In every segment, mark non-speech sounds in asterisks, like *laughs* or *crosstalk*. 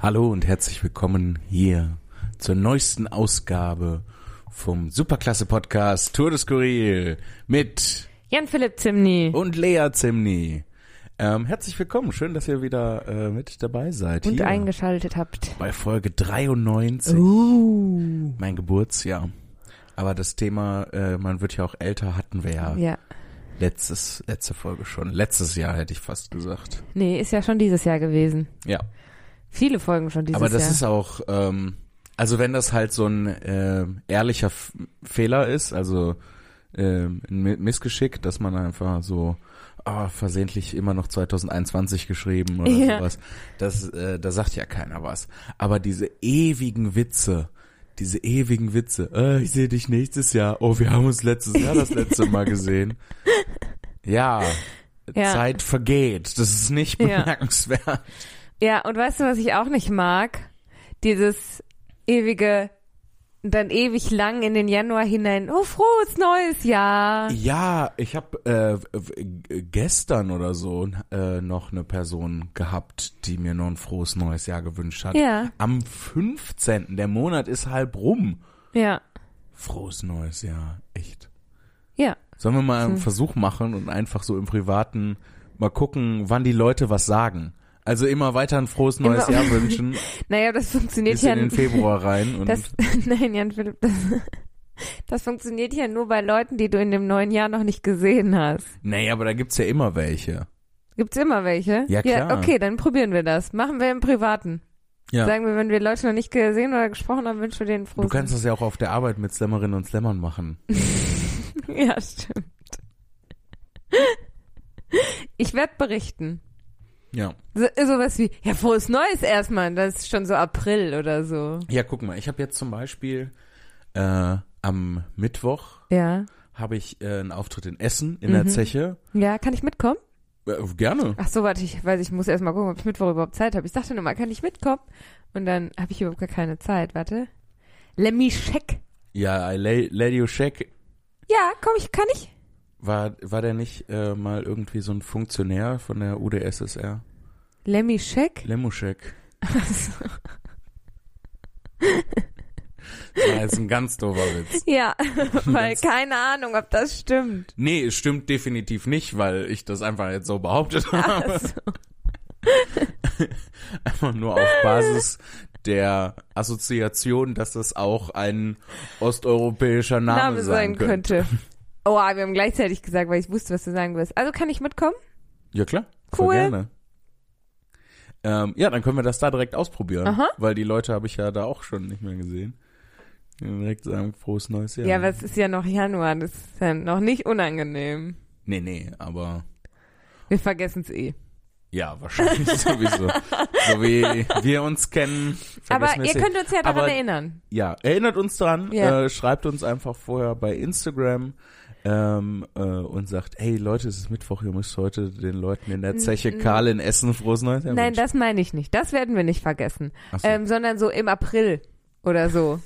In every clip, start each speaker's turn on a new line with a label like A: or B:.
A: Hallo und herzlich willkommen hier zur neuesten Ausgabe vom Superklasse-Podcast Tour de Skurril mit
B: Jan-Philipp Zimny.
A: und Lea Zimni. Ähm, herzlich willkommen, schön, dass ihr wieder äh, mit dabei seid.
B: Und Uh.
A: hier
B: eingeschaltet habt.
A: bei Folge 93, mein Geburtsjahr. Aber das Thema, äh, man wird ja auch älter, hatten wir ja,
B: Ja.
A: letztes, letzte Folge schon. Letztes Jahr hätte ich fast gesagt.
B: Nee, ist ja schon dieses Jahr gewesen.
A: Ja.
B: Viele Folgen schon dieses
A: Aber das
B: Jahr.
A: ist auch, ähm, also wenn das halt so ein äh, ehrlicher F Fehler ist, also ähm, ein Mi- Missgeschick, dass man einfach so ah, versehentlich immer noch 2021 geschrieben oder
B: Ja.
A: sowas, das, äh, da sagt ja keiner was. Aber diese ewigen Witze, diese ewigen Witze, äh, ich sehe dich nächstes Jahr, oh, wir haben uns letztes Jahr das letzte Mal
B: *laughs*
A: gesehen. Ja,
B: Ja.
A: Zeit vergeht, das ist nicht
B: Ja.
A: bemerkenswert.
B: ja, und weißt du, was ich auch nicht mag? Dieses ewige, dann ewig lang in den Januar hinein. Oh, frohes neues Jahr.
A: Ja, ich habe äh, w- g- gestern oder so äh, noch eine Person gehabt, die mir noch ein frohes neues Jahr gewünscht hat.
B: Ja.
A: Am 15. Der Monat ist halb rum.
B: Ja.
A: Frohes neues Jahr, echt.
B: Ja.
A: Sollen wir mal
B: Hm.
A: einen Versuch machen und einfach so im Privaten mal gucken, wann die Leute was sagen? Also immer weiter ein frohes neues
B: Immer- *laughs*
A: Jahr wünschen,
B: Naja, das funktioniert
A: bis in
B: ja
A: den Februar
B: *laughs*
A: rein. Und
B: Das, nein, Jan Philipp, das, das funktioniert ja nur bei Leuten, die du in dem neuen Jahr noch nicht gesehen hast.
A: nee, aber da gibt's ja immer welche.
B: Gibt's immer welche?
A: Ja, klar.
B: Ja, okay, dann probieren wir das. Machen wir im Privaten.
A: Ja.
B: Sagen wir, wenn wir Leute noch nicht gesehen oder gesprochen haben, wünschen wir denen
A: Du
B: frohes.
A: kannst das ja auch auf der Arbeit mit Slammerinnen und Slammern machen.
B: *laughs* ja, stimmt. Ich werde berichten.
A: Ja.
B: So, sowas wie, ja, frohes Neues erstmal. Das ist schon so April oder so.
A: Ja, guck mal, ich habe jetzt zum Beispiel äh, am Mittwoch
B: Ja.
A: habe ich äh, einen Auftritt in Essen in der Zeche.
B: Ja, kann ich mitkommen?
A: Äh, gerne.
B: Ach so, warte, ich weiß, ich muss erstmal gucken, ob ich Mittwoch überhaupt Zeit habe. Ich dachte nur mal, kann ich mitkommen? Und dann habe ich überhaupt gar keine Zeit, warte. Let me check.
A: Ja, I lay, Lady O'Shack
B: Ja, komm, ich kann ich?
A: war war der nicht äh, mal irgendwie so ein Funktionär von der UdSSR?
B: Let me check?
A: Lemuschek.
B: Also,
A: *laughs* Das ist ein ganz doofer Witz.
B: ja,
A: *laughs*
B: *laughs* weil keine Ahnung, ob das stimmt.
A: Nee, es stimmt definitiv nicht, weil ich das einfach jetzt so
B: *laughs*
A: behauptet habe. *laughs*
B: Also,
A: Einfach nur auf Basis der Assoziation, dass das auch ein osteuropäischer Name,
B: Name sein könnte. Oh, wir haben gleichzeitig gesagt, weil ich wusste, was du sagen wirst. Also kann ich mitkommen?
A: Ja, klar. Voll
B: Cool.
A: gerne. Ähm, ja, dann können wir das da direkt ausprobieren,
B: Aha.
A: weil die Leute habe ich ja da auch schon nicht mehr gesehen. Direkt sagen, frohes neues Jahr.
B: Ja, aber es ist ja noch Januar, das ist ja noch nicht unangenehm.
A: nee, nee, aber
B: Wir vergessen es eh.
A: ja, wahrscheinlich *laughs* sowieso. So wie wir uns kennen. vergessen
B: Aber
A: wir
B: ihr
A: es eh.
B: könnt uns ja daran
A: Aber-
B: erinnern.
A: ja, erinnert uns dran,
B: Ja.
A: äh, schreibt uns einfach vorher bei Instagram ähm, äh, und sagt, hey Leute, es ist Mittwoch, ihr müsst heute den Leuten in der Zeche Karl in Essen frohes neues Jahr
B: Mhm. Nein,
A: wünschen.
B: das meine ich nicht. Das werden wir nicht vergessen.
A: Ach so.
B: Ähm, sondern so im April oder
A: *laughs*
B: so.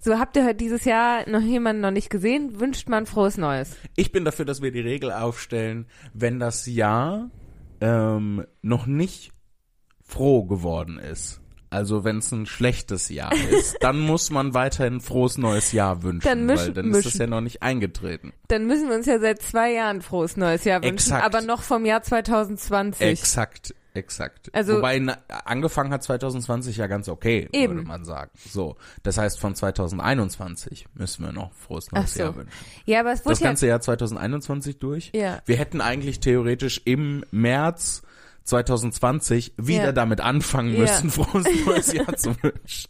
B: so habt ihr heute dieses Jahr noch jemanden noch nicht gesehen, wünscht man frohes Neues.
A: Ich bin dafür, dass wir die Regel aufstellen, wenn das Jahr ähm, noch nicht froh geworden ist. Also wenn es ein schlechtes
B: *laughs*
A: Jahr ist, dann muss man weiterhin ein frohes neues Jahr wünschen,
B: Dann mischen-
A: weil dann ist das
B: mischen.
A: ja noch nicht eingetreten.
B: Dann müssen wir uns ja seit zwei Jahren frohes neues Jahr wünschen,
A: Exakt.
B: aber noch vom Jahr 2020.
A: Exakt, exakt.
B: Also-
A: Wobei na, angefangen hat 2020 ja ganz okay,
B: Eben.
A: würde man sagen. So, das heißt von 2021 müssen wir noch frohes
B: Ach
A: neues
B: so.
A: Jahr wünschen.
B: Ja, aber es
A: Das
B: wurde ja,
A: ganze Jahr 2021 durch.
B: ja,
A: Wir hätten eigentlich theoretisch im März 2020 wieder
B: Ja.
A: damit anfangen
B: Ja.
A: müssen, frohes neues
B: *laughs*
A: Jahr zu wünschen.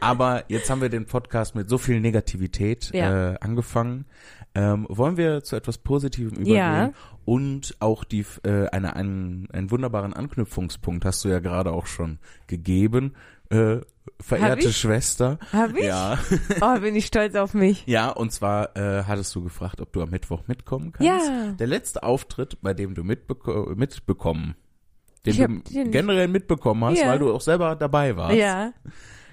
A: Aber jetzt haben wir den Podcast mit so viel Negativität
B: Ja.
A: äh, angefangen. Ähm, wollen wir zu etwas Positivem übergehen
B: Ja.
A: und auch die f- äh, eine, einen, einen wunderbaren Anknüpfungspunkt hast du ja gerade auch schon gegeben, äh, verehrte
B: ich?
A: Schwester.
B: Hab ich?
A: Ja.
B: Oh, bin ich stolz auf mich.
A: Ja, und zwar äh, hattest du gefragt, ob du am Mittwoch mitkommen kannst.
B: Ja.
A: Der letzte Auftritt, bei dem du mitbeko mitbekommen, den
B: Ich
A: du
B: hab den-
A: generell mitbekommen hast,
B: Ja.
A: weil du auch selber dabei warst,
B: Ja,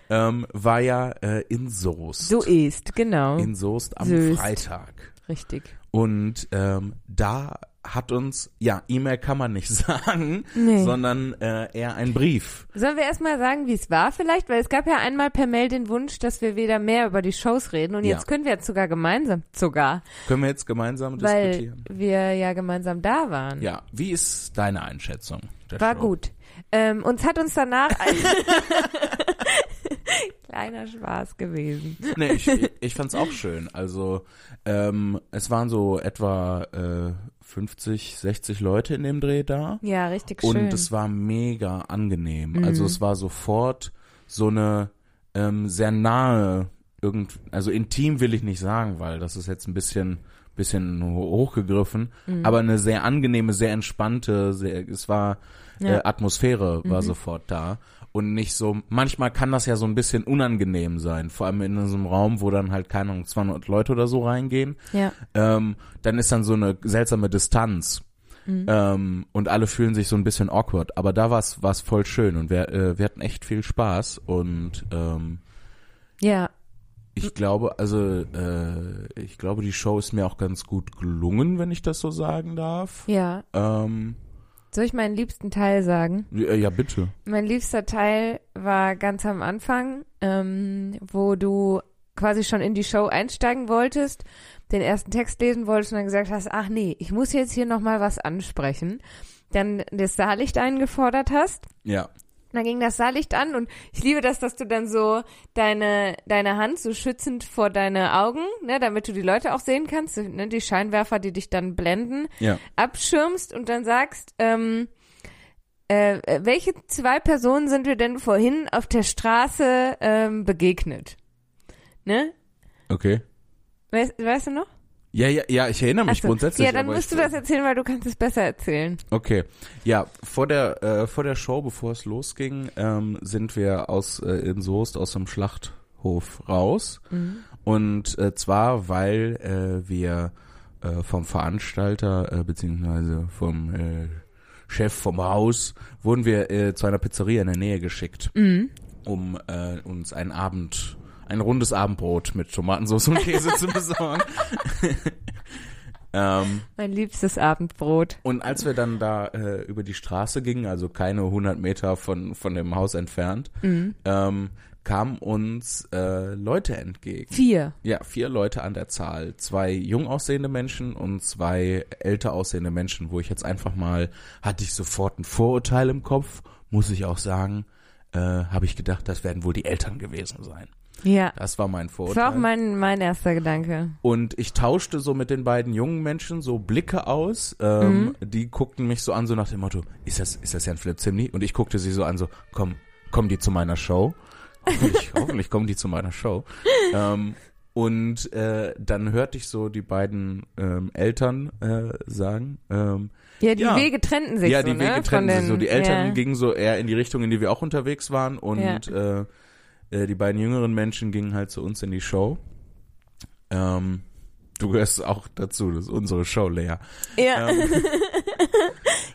A: ähm, war ja äh, in Soest.
B: so ist, genau.
A: in Soest am
B: Soest.
A: Freitag.
B: Richtig.
A: Und ähm, da hat uns, ja, E-Mail kann man nicht *laughs* sagen,
B: Nee.
A: sondern äh, eher ein Brief.
B: Sollen wir erstmal sagen, wie es war vielleicht? Weil es gab ja einmal per Mail den Wunsch, dass wir wieder mehr über die Shows reden. Und
A: Ja.
B: jetzt können wir jetzt sogar gemeinsam, sogar,
A: Können wir jetzt gemeinsam
B: weil
A: diskutieren?
B: wir ja gemeinsam da waren.
A: Ja, wie ist deine Einschätzung? der
B: War
A: Show?
B: gut. Ähm, uns hat uns danach ein *laughs* kleiner Spaß gewesen.
A: Nee, ich, ich fand's auch schön. Also ähm, es waren so etwa äh, 50, 60 Leute in dem Dreh da.
B: Ja, richtig
A: Und
B: schön. Mhm.
A: es war mega angenehm. Also es war sofort so eine ähm, sehr nahe, irgend, also intim will ich nicht sagen, weil das ist jetzt ein bisschen bisschen ho- hochgegriffen,
B: Mhm.
A: aber eine sehr angenehme, sehr entspannte, sehr, es war äh, Atmosphäre
B: Mhm.
A: war sofort da und nicht so, manchmal kann das ja so ein bisschen unangenehm sein, vor allem in so einem Raum, wo dann halt keine Ahnung, 200 Leute oder so reingehen,
B: ja.
A: ähm, dann ist dann so eine seltsame Distanz.
B: Mhm.
A: Ähm, und alle fühlen sich so ein bisschen awkward. Aber da war es voll schön und wir, äh, wir hatten echt viel Spaß. Und ähm,
B: ja, Mhm.
A: ich glaube, also äh, ich glaube, die Show ist mir auch ganz gut gelungen, wenn ich das so sagen darf.
B: ja.
A: Ähm,
B: Soll ich meinen liebsten Teil sagen?
A: ja, ja, bitte.
B: Mein liebster Teil war ganz am Anfang, ähm, wo du quasi schon in die Show einsteigen wolltest, den ersten Text lesen wolltest und dann gesagt hast, ach nee, ich muss jetzt hier nochmal was ansprechen. Dann das Saallicht eingefordert hast.
A: Ja.
B: Und dann ging das Saallicht an und ich liebe das, dass du dann so deine, deine Hand so schützend vor deine Augen, ne, damit du die Leute auch sehen kannst, ne, die Scheinwerfer, die dich dann blenden,
A: Ja.
B: abschirmst und dann sagst, ähm, äh, welche zwei Personen sind wir denn vorhin auf der Straße ähm, begegnet? Ne?
A: Okay.
B: Weißt, weißt du noch?
A: Ja, ja, ja, ich erinnere mich
B: Ach so.
A: Hm, grundsätzlich.
B: Ja, dann
A: aber
B: musst
A: ich,
B: du das erzählen, weil du kannst es besser erzählen.
A: Okay, ja, vor der äh, vor der Show, bevor es losging, ähm, sind wir aus äh, in Soest aus dem Schlachthof raus und äh, zwar weil äh, wir äh, vom Veranstalter äh, beziehungsweise vom äh, Chef vom Haus wurden wir äh, zu einer Pizzeria in der Nähe geschickt, um äh, uns einen Abend ein rundes Abendbrot mit Tomatensauce und Käse zu besorgen. *laughs* ähm,
B: Mein liebstes Abendbrot.
A: und als wir dann da äh, über die Straße gingen, also keine 100 Meter von, von dem Haus entfernt, ähm, kamen uns äh, Leute entgegen.
B: Vier.
A: Ja, vier Leute an der Zahl. Zwei jung aussehende Menschen und zwei älter aussehende Menschen, wo ich jetzt einfach mal, hatte ich sofort ein Vorurteil im Kopf, muss ich auch sagen, äh, habe ich gedacht, das werden wohl die Eltern gewesen sein.
B: Ja.
A: Das war mein
B: Das
A: Vorurteil.
B: war auch mein, mein erster Gedanke.
A: Und ich tauschte so mit den beiden jungen Menschen so Blicke aus. Ähm, Die guckten mich so an, so nach dem Motto, ist das, ist das Jan Philipp Zimni? Und ich guckte sie so an, so, komm, kommen die zu meiner Show? Hoffentlich, hoffentlich kommen die zu meiner Show. Ähm, und äh, dann hörte ich so die beiden ähm, Eltern äh, sagen, ähm,
B: Ja, die
A: Ja.
B: Wege trennten sich
A: ja,
B: so,
A: die
B: ne?
A: Wege
B: Von
A: trennten
B: den,
A: sich so. Die Eltern
B: ja.
A: gingen so eher in die Richtung, in die wir auch unterwegs waren und äh, äh, die beiden jüngeren Menschen gingen halt zu uns in die Show. Ähm, du gehörst auch dazu, das ist unsere Show, Lea.
B: Ja. *laughs*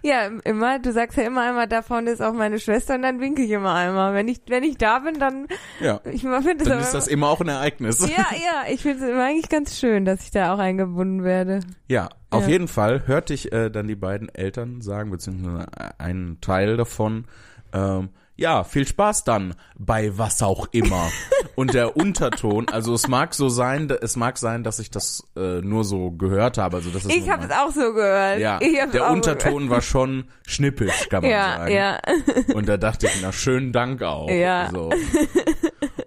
B: ja, immer, du sagst ja immer einmal, da vorne ist auch meine Schwester und dann winke ich immer einmal. Wenn ich, wenn ich da bin, dann, *laughs*
A: Ja,
B: ich finde das
A: dann
B: aber
A: ist das immer auch ein Ereignis.
B: Ja, ja, ich finde es immer eigentlich ganz schön, dass ich da auch eingebunden werde.
A: Ja, auf
B: Ja.
A: jeden Fall hörte ich äh, dann die beiden Eltern sagen, beziehungsweise einen Teil davon, ähm, ja, viel Spaß dann bei was auch
B: *laughs*
A: immer. Und der Unterton, also es mag so sein, da- es mag sein, dass ich das äh, nur so gehört habe, also das ist
B: Ich
A: nur
B: habe es
A: mein-
B: auch so gehört.
A: ja,
B: ich hab's
A: der
B: auch
A: Unterton war schon schnippisch, kann man
B: So gehört.
A: sagen.
B: Ja, ja.
A: Und da dachte ich, na schönen Dank auch.
B: Ja.
A: So.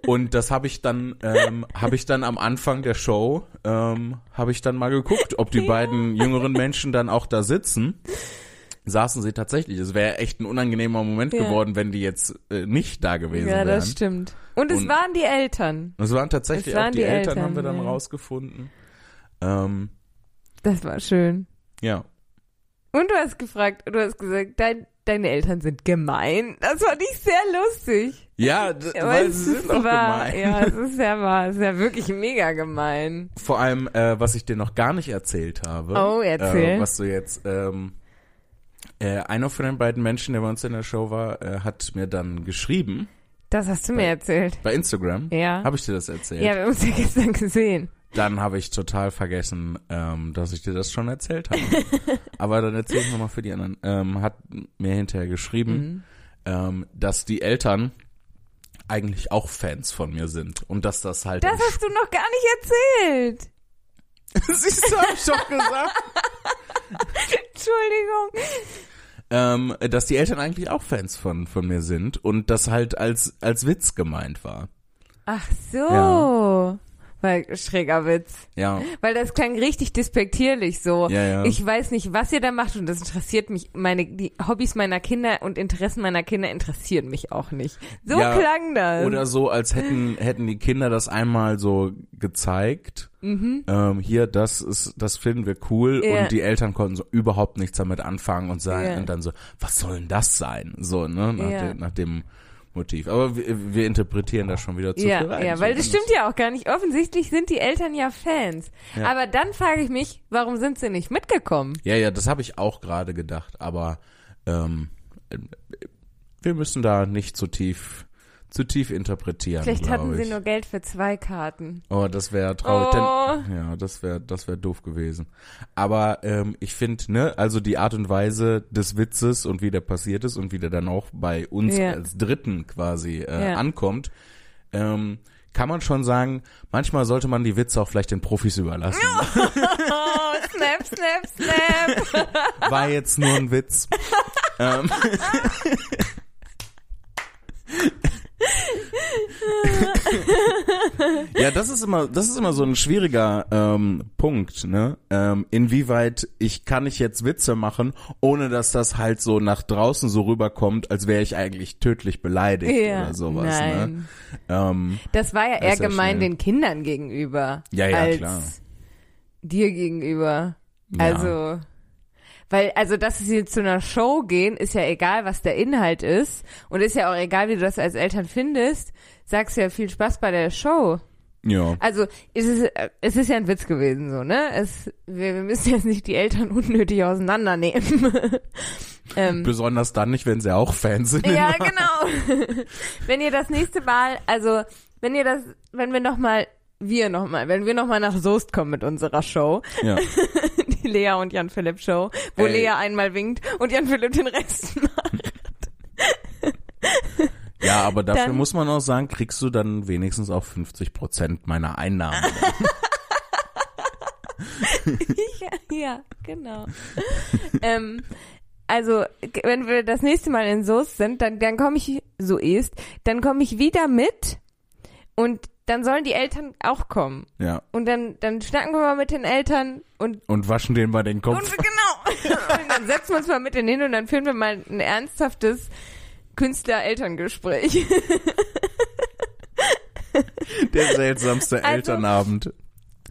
A: Und das habe ich dann, ähm, habe ich dann am Anfang der Show, ähm, habe ich dann mal geguckt, ob die beiden jüngeren Menschen dann auch da sitzen. Saßen sie tatsächlich. Es wäre echt ein unangenehmer Moment
B: Ja.
A: geworden, wenn die jetzt äh, nicht da gewesen
B: Ja,
A: wären.
B: das stimmt. Und es
A: Und-
B: waren die Eltern.
A: Es waren tatsächlich
B: Es waren
A: auch die,
B: die
A: Eltern,
B: Eltern,
A: haben wir dann
B: ja.
A: rausgefunden. Ähm,
B: Das war schön.
A: ja.
B: Und du hast gefragt, du hast gesagt, dein, deine Eltern sind gemein. Das fand ich sehr lustig.
A: Ja, d-
B: Aber
A: Äh, weil
B: es
A: sie
B: ist
A: sind auch
B: wahr.
A: gemein.
B: Ja,
A: *laughs*
B: es ist ja wahr. Es ist ja wirklich mega gemein.
A: Vor allem, äh, was ich dir noch gar nicht erzählt habe.
B: Oh, erzähl.
A: Äh, was du jetzt, ähm, äh, einer von den beiden Menschen, der bei uns in der Show war, äh, hat mir dann geschrieben,
B: Das hast du mir erzählt.
A: bei Instagram.
B: Ja.
A: Habe ich dir das erzählt?
B: Ja, wir haben uns ja gestern gesehen.
A: Dann habe ich total vergessen, ähm, dass ich dir das schon erzählt habe.
B: *laughs*
A: Aber dann erzähle ich nochmal für die anderen. Ähm, hat mir hinterher geschrieben,
B: Mhm.
A: ähm, dass die Eltern eigentlich auch Fans von mir sind und dass das halt
B: Das hast du noch gar nicht erzählt.
A: *laughs* Siehst du, hab ich doch gesagt.
B: Entschuldigung.
A: ähm, dass die Eltern eigentlich auch Fans von, von mir sind und das halt als, als Witz gemeint war.
B: Ach so. Weil schräger Witz.
A: Ja,
B: Weil das klang richtig despektierlich so.
A: ja, ja.
B: Ich weiß nicht, was ihr da macht und das interessiert mich. Meine, die Hobbys meiner Kinder und Interessen meiner Kinder interessieren mich auch nicht. So
A: Ja,
B: klang das.
A: Oder so, als hätten, hätten die Kinder das einmal so gezeigt. Ähm, hier, das ist, das finden wir cool.
B: Mhm. Ja.
A: Und die Eltern konnten so überhaupt nichts damit anfangen und sagen,
B: Ja.
A: und dann so, was soll denn das sein? So, ne, nach,
B: Ja.
A: de, nach dem Motiv. Aber wir, wir interpretieren das schon wieder zu
B: ja,
A: viel rein.
B: ja,
A: So,
B: weil das
A: wenn
B: stimmt ja auch gar nicht. Offensichtlich sind die Eltern ja Fans.
A: Ja.
B: Aber dann frage ich mich, warum sind sie nicht mitgekommen?
A: Ja, ja, das habe ich auch gerade gedacht, aber ähm, wir müssen da nicht zu tief zu tief interpretieren.
B: Vielleicht
A: glaub
B: hatten
A: ich.
B: sie nur Geld für zwei Karten.
A: Oh, das wäre traurig.
B: Oh.
A: Denn, ja, das wäre das wäre doof gewesen. Aber ähm, ich finde, ne, also die Art und Weise des Witzes und wie der passiert ist und wie der dann auch bei uns
B: Ja.
A: als Dritten quasi äh,
B: Ja.
A: ankommt, ähm, kann man schon sagen, manchmal sollte man die Witze auch vielleicht den Profis überlassen.
B: Oh, snap, snap, snap.
A: War jetzt nur ein Witz. ähm. ja, das ist immer, das ist immer so ein schwieriger ähm, Punkt, ne? Ähm, inwieweit ich kann ich jetzt Witze machen, ohne dass das halt so nach draußen so rüberkommt, als wäre ich eigentlich tödlich beleidigt
B: *laughs* Ja.
A: oder sowas,
B: Nein.
A: ne? Ähm,
B: Das war ja
A: Das
B: eher
A: ist ja
B: gemein
A: schnell.
B: den Kindern gegenüber.
A: Ja, ja,
B: als
A: klar.
B: Dir gegenüber.
A: ja.
B: Also, weil, also, dass sie zu einer Show gehen, ist ja egal, was der Inhalt ist. Und ist ja auch egal, wie du das als Eltern findest. Sagst ja viel Spaß bei der Show.
A: ja.
B: Also, es ist, es ist ja ein Witz gewesen, so, ne? Es, wir, wir müssen jetzt nicht die Eltern unnötig auseinandernehmen. *laughs* ähm,
A: Besonders dann nicht, wenn sie auch Fans sind.
B: Ja, genau. *laughs* wenn ihr das nächste Mal, also wenn ihr das, wenn wir nochmal, wir nochmal, wenn wir nochmal nach Soest kommen mit unserer Show,
A: *laughs*
B: *laughs*
A: Ja.
B: die Lea und Jan Philipp Show, wo
A: Ey.
B: Lea einmal winkt und Jan Philipp den Rest *laughs* macht.
A: Ja, aber dafür
B: Dann-
A: muss man auch sagen, kriegst du dann wenigstens auch 50 Prozent meiner Einnahmen.
B: Ja, ja *laughs* genau. ähm, also, g- wenn wir das nächste Mal in Soest sind, dann, dann komme ich, so ist, dann komme ich wieder mit und dann sollen die Eltern auch kommen.
A: ja.
B: Und dann, dann schnacken wir mal mit den Eltern und
A: Und waschen den mal den
B: Und
A: Kopf.
B: genau. Und *laughs* dann setzen wir uns mal mit denen hin und dann führen wir mal ein ernsthaftes Künstler-Elterngespräch.
A: Der seltsamste
B: Also-
A: Elternabend.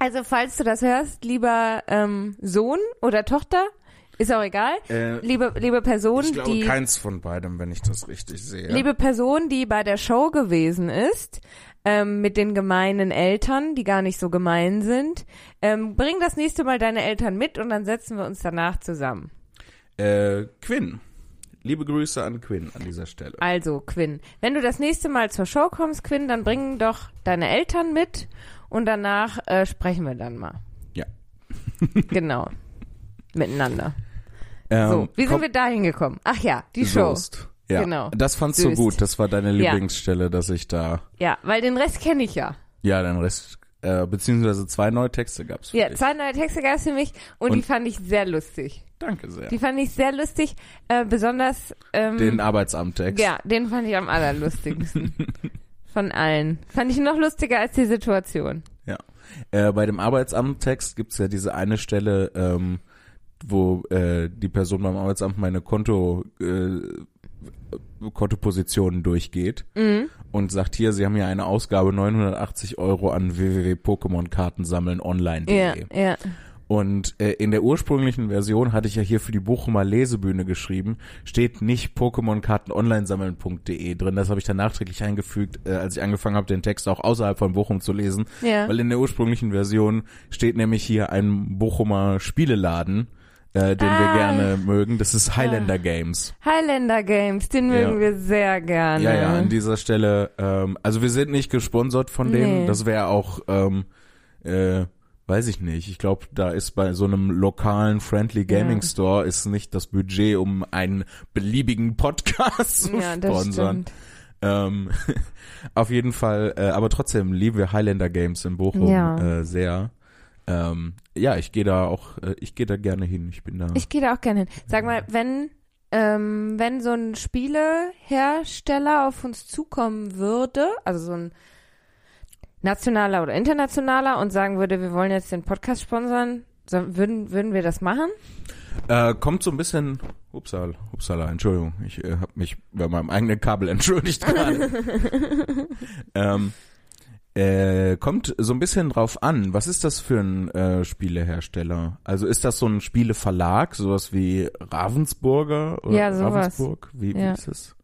B: Also falls du das hörst, lieber ähm, Sohn oder Tochter, ist auch egal.
A: Äh,
B: Liebe, liebe Person,
A: ich glaube,
B: die
A: keins von beidem, wenn ich das richtig sehe.
B: liebe Person, die bei der Show gewesen ist, ähm, mit den gemeinen Eltern, die gar nicht so gemein sind, ähm, bring das nächste Mal deine Eltern mit und dann setzen wir uns danach zusammen.
A: äh, Quinn. Liebe Grüße an Quinn an dieser Stelle.
B: Also, Quinn, wenn du das nächste Mal zur Show kommst, Quinn, dann bring doch deine Eltern mit und danach äh, sprechen wir dann mal.
A: Ja.
B: *laughs*
A: *laughs*
B: Genau. Miteinander.
A: Ähm,
B: So, wie sind
A: komm-
B: wir dahin gekommen? Ach ja, die Show.
A: Soest. Ja.
B: Genau.
A: Das fandst du
B: Soest.
A: gut. Das war deine
B: Ja.
A: Lieblingsstelle, dass ich da.
B: Ja, weil den Rest kenne ich ja.
A: Ja, den Rest. Äh, beziehungsweise zwei neue Texte gab's. für
B: Ja,
A: dich.
B: zwei neue Texte gab es für mich und, die
A: Und-
B: fand ich sehr lustig.
A: Danke sehr.
B: Die fand ich sehr lustig, äh, besonders ähm,
A: Den Arbeitsamttext.
B: ja, den fand ich
A: *laughs*
B: am allerlustigsten von allen. Fand ich noch lustiger als die Situation.
A: Ja. Äh, bei dem Arbeitsamttext gibt's ja diese eine Stelle, ähm, wo äh, die Person beim Arbeitsamt meine Konto, äh, Kontopositionen durchgeht und sagt hier, sie haben hier eine Ausgabe 980 Euro an www.pokemonkartensammeln online.de.
B: Ja, ja.
A: Und äh, in der ursprünglichen Version hatte ich ja hier für die Bochumer Lesebühne geschrieben, steht nicht pokemonkartenonlinesammeln.de drin. Das habe ich dann nachträglich eingefügt, äh, als ich angefangen habe, den Text auch außerhalb von Bochum zu lesen.
B: Ja.
A: Weil in der ursprünglichen Version steht nämlich hier ein Bochumer Spieleladen, äh, den wir
B: Ah.
A: gerne mögen. Das ist Highlander Games.
B: Highlander Games, den mögen
A: Ja.
B: wir sehr gerne.
A: Ja, ja, an dieser Stelle. Ähm, also wir sind nicht gesponsert von denen.
B: Nee.
A: Das wäre auch ähm, äh, äh, weiß ich nicht. Ich glaube, da ist bei so einem lokalen Friendly Gaming
B: Ja.
A: Store ist nicht das Budget, um einen beliebigen Podcast zu
B: ja, das
A: sponsern.
B: stimmt.
A: Ähm, *laughs* auf jeden Fall, äh, aber trotzdem lieben wir Highlander Games in Bochum
B: Ja.
A: äh, sehr. Ähm, ja, ich gehe da auch, äh, ich gehe da gerne hin. Ich bin da.
B: Ich gehe da auch gerne hin. Sag mal, wenn, ähm, wenn so ein Spielehersteller auf uns zukommen würde, also so ein nationaler oder internationaler und sagen würde, wir wollen jetzt den Podcast sponsern, so, würden, würden wir das machen?
A: Äh, kommt so ein bisschen. Upsala, upsala, Entschuldigung. Ich äh, habe mich bei meinem eigenen Kabel *laughs* entschuldigt gerade.
B: *laughs*
A: ähm, äh, kommt so ein bisschen drauf an. Was ist das für ein äh, Spielehersteller? Also ist das so ein Spieleverlag, sowas wie Ravensburger oder
B: Ja, sowas.
A: Ravensburg? Wie,
B: Ja.
A: wie ist es?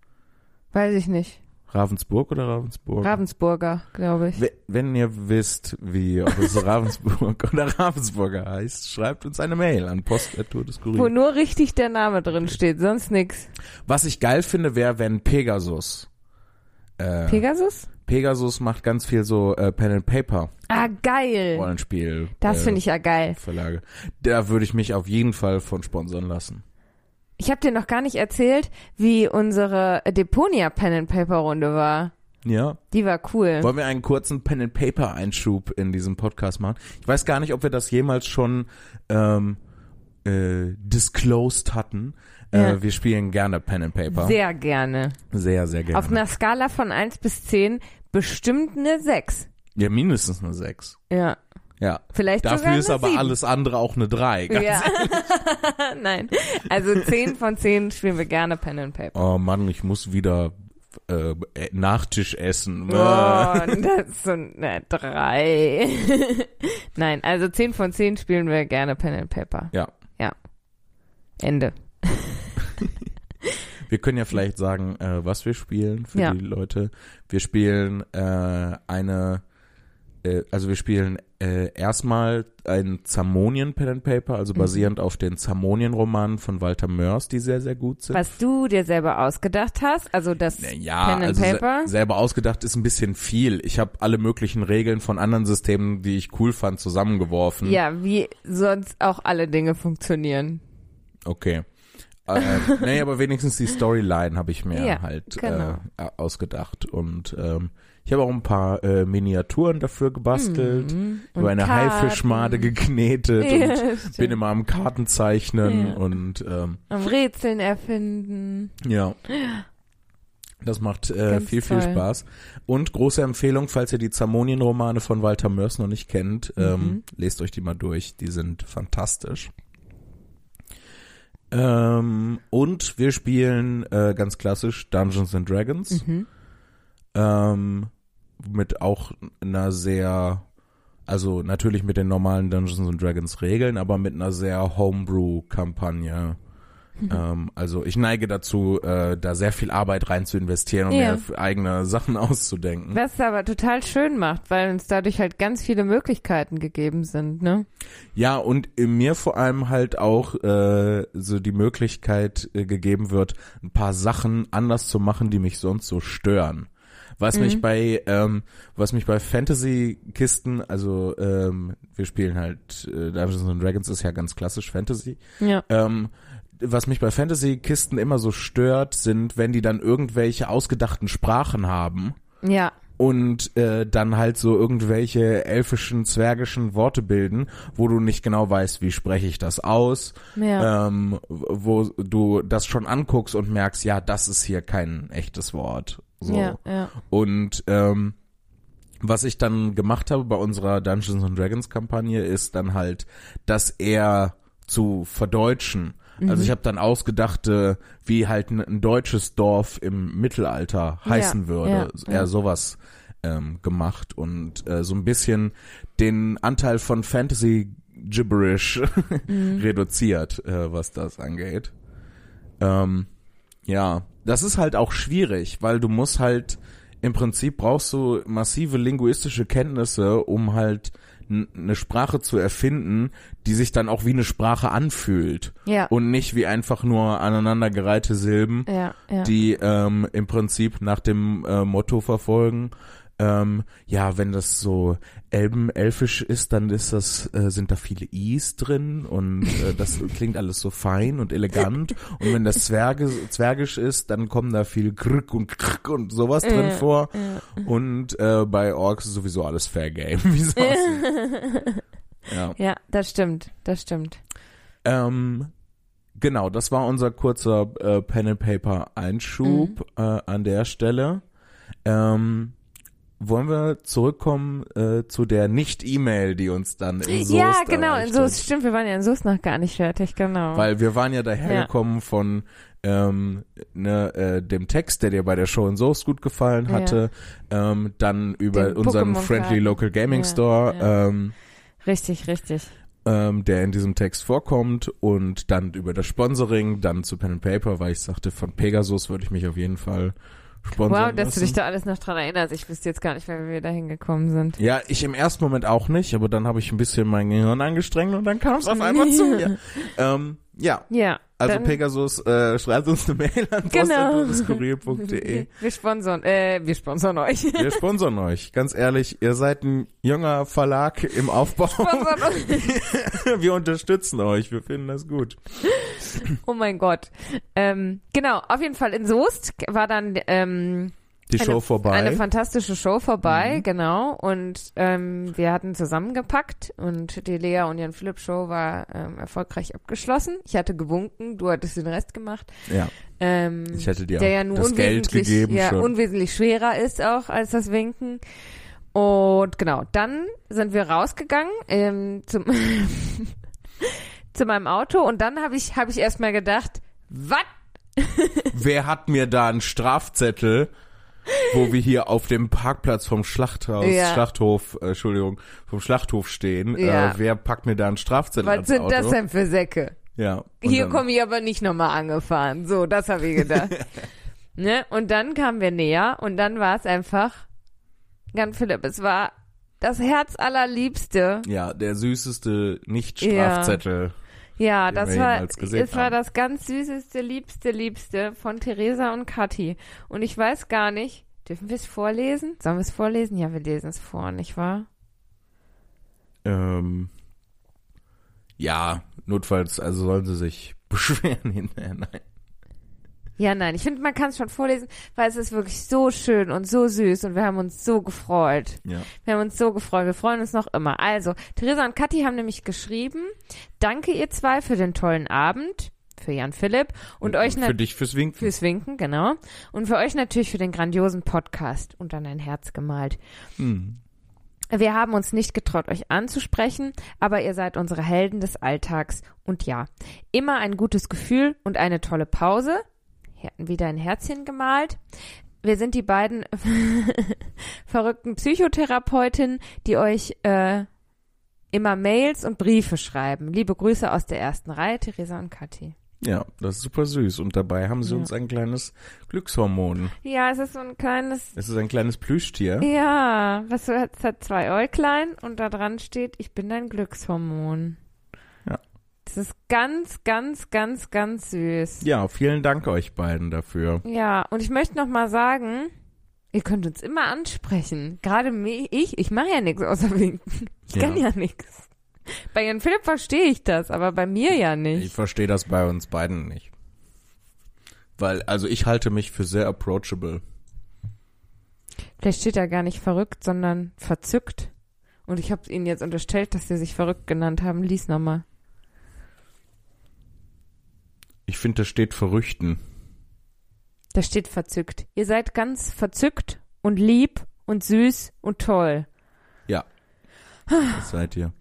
B: Weiß ich nicht.
A: Ravensburg oder Ravensburg?
B: Ravensburger, glaube ich.
A: We- Wenn ihr wisst, wie ob es *laughs* Ravensburg oder Ravensburger heißt, schreibt uns eine Mail an post.tour des
B: Wo nur richtig der Name drin steht, sonst nix.
A: Was ich geil finde, wäre, wenn Pegasus. Äh,
B: Pegasus?
A: Pegasus macht ganz viel so äh, Pen and Paper
B: Ah, geil.
A: Rollenspiel.
B: Das
A: äh,
B: finde ich ja geil.
A: Verlage. Da würde ich mich auf jeden Fall von sponsern lassen.
B: Ich habe dir noch gar nicht erzählt, wie unsere Deponia Pen and Paper Runde war.
A: Ja.
B: Die war cool.
A: Wollen wir einen kurzen Pen and Paper Einschub in diesem Podcast machen? Ich weiß gar nicht, ob wir das jemals schon ähm, äh, disclosed hatten. Äh,
B: Ja.
A: wir spielen gerne Pen and Paper.
B: Sehr gerne.
A: sehr, sehr gerne.
B: Auf einer Skala von 1 bis 10 bestimmt eine 6.
A: ja, mindestens eine 6.
B: Ja.
A: Ja.
B: Vielleicht sogar
A: Dafür
B: eine
A: ist aber
B: 7.
A: alles andere auch eine 3. Ganz
B: *laughs* Ja. Nein. Also 10 von 10 spielen wir gerne Pen and Paper.
A: Oh Mann, ich muss wieder äh, äh, Nachtisch essen. Äh.
B: Oh, das ist so eine 3. *laughs* Nein, also 10 von 10 spielen wir gerne Pen and Paper.
A: Ja.
B: Ja. Ende.
A: Äh, Wir können ja vielleicht sagen, äh, was wir spielen für
B: Ja.
A: die Leute. Wir spielen äh, eine, äh, also wir spielen äh, erstmal ein Zamonien Pen and Paper,
B: Mhm.
A: also basierend auf den Zamonien Romanen von Walter Mörs, die sehr sehr gut sind.
B: Was du dir selber ausgedacht hast, also das
A: Ja,
B: Pen and
A: also se-
B: Paper?
A: selber ausgedacht ist ein bisschen viel. Ich habe alle möglichen Regeln von anderen Systemen, die ich cool fand, zusammengeworfen.
B: Ja, wie sonst auch alle Dinge funktionieren.
A: Okay.
B: *laughs*
A: Äh, nee, aber wenigstens die Storyline habe ich mir
B: Ja,
A: halt
B: genau.
A: äh, ausgedacht. Und ähm, ich habe auch ein paar äh, Miniaturen dafür gebastelt, über eine
B: Hm. Karten.
A: Haifischmade geknetet und
B: *laughs* Ja,
A: bin
B: stimmt.
A: immer am Kartenzeichnen
B: Ja.
A: und ähm,
B: Am Rätseln
A: Hm.
B: erfinden.
A: ja. Das macht äh,
B: Ganz
A: viel, viel
B: toll.
A: Spaß. Und große Empfehlung, falls ihr die Zamonien-Romane von Walter Mörs noch nicht kennt,
B: Mhm.
A: ähm, lest euch die mal durch. Die sind fantastisch. Ähm, und wir spielen äh, ganz klassisch Dungeons and Dragons. Ähm, mit auch einer sehr, also natürlich mit den normalen Dungeons and Dragons Regeln, aber mit einer sehr Homebrew-Kampagne. Ähm, also ich neige dazu, äh, da sehr viel Arbeit rein zu investieren und
B: Ja.
A: mir f- eigene Sachen *laughs* auszudenken.
B: Was es aber total schön macht, weil uns dadurch halt ganz viele Möglichkeiten gegeben sind, ne?
A: Ja, und in mir vor allem halt auch äh, so die Möglichkeit äh, gegeben wird, ein paar Sachen anders zu machen, die mich sonst so stören. Was mich bei ähm, was mich bei Fantasy Kisten, also ähm, wir spielen halt äh, Dungeons and Dragons ist ja ganz klassisch Fantasy.
B: Ja.
A: Ähm, was mich bei Fantasy Kisten immer so stört, sind, wenn die dann irgendwelche ausgedachten Sprachen haben
B: Ja.
A: und äh, dann halt so irgendwelche elfischen, zwergischen Worte bilden, wo du nicht genau weißt, wie spreche ich das aus,
B: Ja.
A: ähm, wo du das schon anguckst und merkst, ja, das ist hier kein echtes Wort. So.
B: Ja, ja.
A: Und ähm, was ich dann gemacht habe bei unserer Dungeons and Dragons Kampagne ist dann halt, das eher zu verdeutschen.
B: Mhm.
A: Also ich habe dann ausgedachte, wie halt ein, ein deutsches Dorf im Mittelalter heißen
B: Ja,
A: würde,
B: ja,
A: eher
B: ja.
A: sowas ähm, gemacht und äh, so ein bisschen den Anteil von Fantasy Gibberish reduziert, äh, was das angeht. Ähm, ja, das ist halt auch schwierig, weil du musst halt im Prinzip brauchst du massive linguistische Kenntnisse, um halt n- eine Sprache zu erfinden, die sich dann auch wie eine Sprache anfühlt
B: Ja.
A: und nicht wie einfach nur aneinandergereihte Silben,
B: Ja. Ja.
A: die ähm, im Prinzip nach dem äh, Motto verfolgen, ähm, ja, wenn das so elbenelfisch ist, dann ist das, äh, sind da viele I's drin und äh, das klingt alles so fein und elegant. Und wenn das Zwerge, zwergisch ist, dann kommen da viel Krück und Krück und sowas drin
B: Ja,
A: vor.
B: ja.
A: Und äh, bei Orks ist sowieso alles Fair Game. *laughs* Wie es aussieht. ja.
B: Ja, das stimmt, das stimmt.
A: ähm, genau, das war unser kurzer äh, Pen and Paper Einschub
B: Mhm.
A: äh, an der Stelle. Ähm, wollen wir zurückkommen äh, zu der Nicht-E-Mail, die uns dann in Soest
B: ja, genau, in
A: erreicht
B: Soest,
A: hat.
B: stimmt, wir waren ja in Soest noch gar nicht fertig, genau.
A: Weil wir waren ja dahergekommen von ähm, ne, äh, dem Text, der dir bei der Show in Soest gut gefallen
B: Ja.
A: hatte, ähm, dann über
B: Den
A: unseren
B: Pokémon-Karten.
A: Friendly Local Gaming
B: Ja,
A: Store,
B: ja.
A: Ähm,
B: richtig, richtig.
A: ähm, der in diesem Text vorkommt und dann über das Sponsoring, dann zu Pen and Paper, weil ich sagte, von Pegasus würde ich mich auf jeden Fall sponsern
B: Wow, dass
A: lassen.
B: du dich da alles noch dran erinnerst. Ich wüsste jetzt gar nicht, wie wir da hingekommen sind.
A: ja, ich im ersten Moment auch nicht, aber dann habe ich ein bisschen mein Gehirn angestrengt und dann kam es auf einmal zu
B: *laughs*
A: mir. Ähm, ja,
B: Ja.
A: also
B: dann,
A: Pegasus, äh, schreibt uns eine Mail an
B: Genau.
A: post.kurier.de.
B: Wir sponsern, äh, wir sponsern euch. *laughs*
A: Wir sponsern euch, ganz ehrlich, ihr seid ein junger Verlag im Aufbau.
B: sponsern euch.
A: *laughs* Wir unterstützen euch, wir finden das gut.
B: Oh mein Gott. Ähm, genau, auf jeden Fall in Soest war dann ähm,
A: Die
B: Eine-
A: Show vorbei.
B: eine fantastische Show vorbei, genau. Und ähm, wir hatten zusammengepackt und die Lea und Jan Philipp Show war ähm, erfolgreich abgeschlossen. Ich hatte gewunken, du hattest den Rest gemacht.
A: ja,
B: Ähm,
A: ich hätte dir
B: der
A: auch
B: ja nur
A: das Geld
B: unwesentlich,
A: gegeben
B: ja,
A: schon.
B: unwesentlich schwerer ist auch als das Winken. Und genau, dann sind wir rausgegangen ähm, zum, *laughs* zu meinem Auto und dann habe ich, hab ich erstmal gedacht, was?
A: Wer hat mir da einen Strafzettel, wo wir hier auf dem Parkplatz vom Schlachthaus,
B: Ja.
A: Schlachthof, äh, Entschuldigung, vom Schlachthof stehen?
B: Ja.
A: Äh, wer packt mir da einen Strafzettel
B: Was
A: ans
B: sind
A: Auto?
B: das denn für Säcke?
A: Ja. und
B: Hier
A: dann-
B: komme ich aber nicht nochmal angefahren. So, das habe
A: *laughs*
B: ich gedacht. ne? Und dann kamen wir näher und dann war es einfach, Jan Philipp, es war das Herz allerliebste.
A: Ja, der süßeste Nicht-Strafzettel.
B: Ja,
A: Den
B: das
A: wir
B: war,
A: jemals gesehen
B: es war
A: haben.
B: das ganz süßeste, liebste, liebste von Theresa und Kathi. Und ich weiß gar nicht, dürfen wir es vorlesen? Sollen wir es vorlesen? Ja, wir lesen es vor, nicht wahr?
A: Ähm, ja, notfalls, also sollen sie sich *laughs* beschweren hinterher. Nein.
B: Ja, nein, ich finde, man kann es schon vorlesen, weil es ist wirklich so schön und so süß und wir haben uns so gefreut.
A: Ja.
B: Wir haben uns so gefreut. Wir freuen uns noch immer. Also, Theresa und Kathi haben nämlich geschrieben, danke ihr zwei für den tollen Abend, für Jan Philipp und euch
A: Für
B: natürlich
A: dich fürs Winken.
B: fürs Winken, genau. Und für euch natürlich für den grandiosen Podcast und dann ein Herz gemalt.
A: Hm.
B: Wir haben uns nicht getraut, euch anzusprechen, aber ihr seid unsere Helden des Alltags. Und ja, immer ein gutes Gefühl und eine tolle Pause. Hier hatten wieder ein Herzchen gemalt. Wir sind die beiden *laughs* verrückten Psychotherapeutinnen, die euch äh, immer Mails und Briefe schreiben. Liebe Grüße aus der ersten Reihe, Theresa und Kathi.
A: Ja, das ist super süß. Und dabei haben sie
B: Ja.
A: uns ein kleines Glückshormon.
B: Ja, es ist so ein kleines.
A: Es ist ein kleines Plüschtier.
B: Ja, was so, es hat zwei Äuglein und da dran steht, ich bin dein Glückshormon.
A: Ja.
B: Das ist ganz, ganz, ganz, ganz süß.
A: Ja, vielen Dank euch beiden dafür.
B: Ja, und ich möchte noch mal sagen, ihr könnt uns immer ansprechen. Gerade mich, ich, ich mache ja nichts außer winken. Ich kann ja nichts. Bei Jan Philipp verstehe ich das, aber bei mir ja
A: Ich
B: nicht.
A: verstehe das bei uns beiden nicht. Weil, also ich halte mich für sehr approachable.
B: Vielleicht steht er gar nicht verrückt, sondern verzückt. Und ich habe ihnen jetzt unterstellt, dass sie sich verrückt genannt haben. Lies noch mal.
A: Ich finde, das steht Verrüchten.
B: Da steht verzückt. Ihr seid ganz verzückt und lieb und süß und toll.
A: Das seid ihr.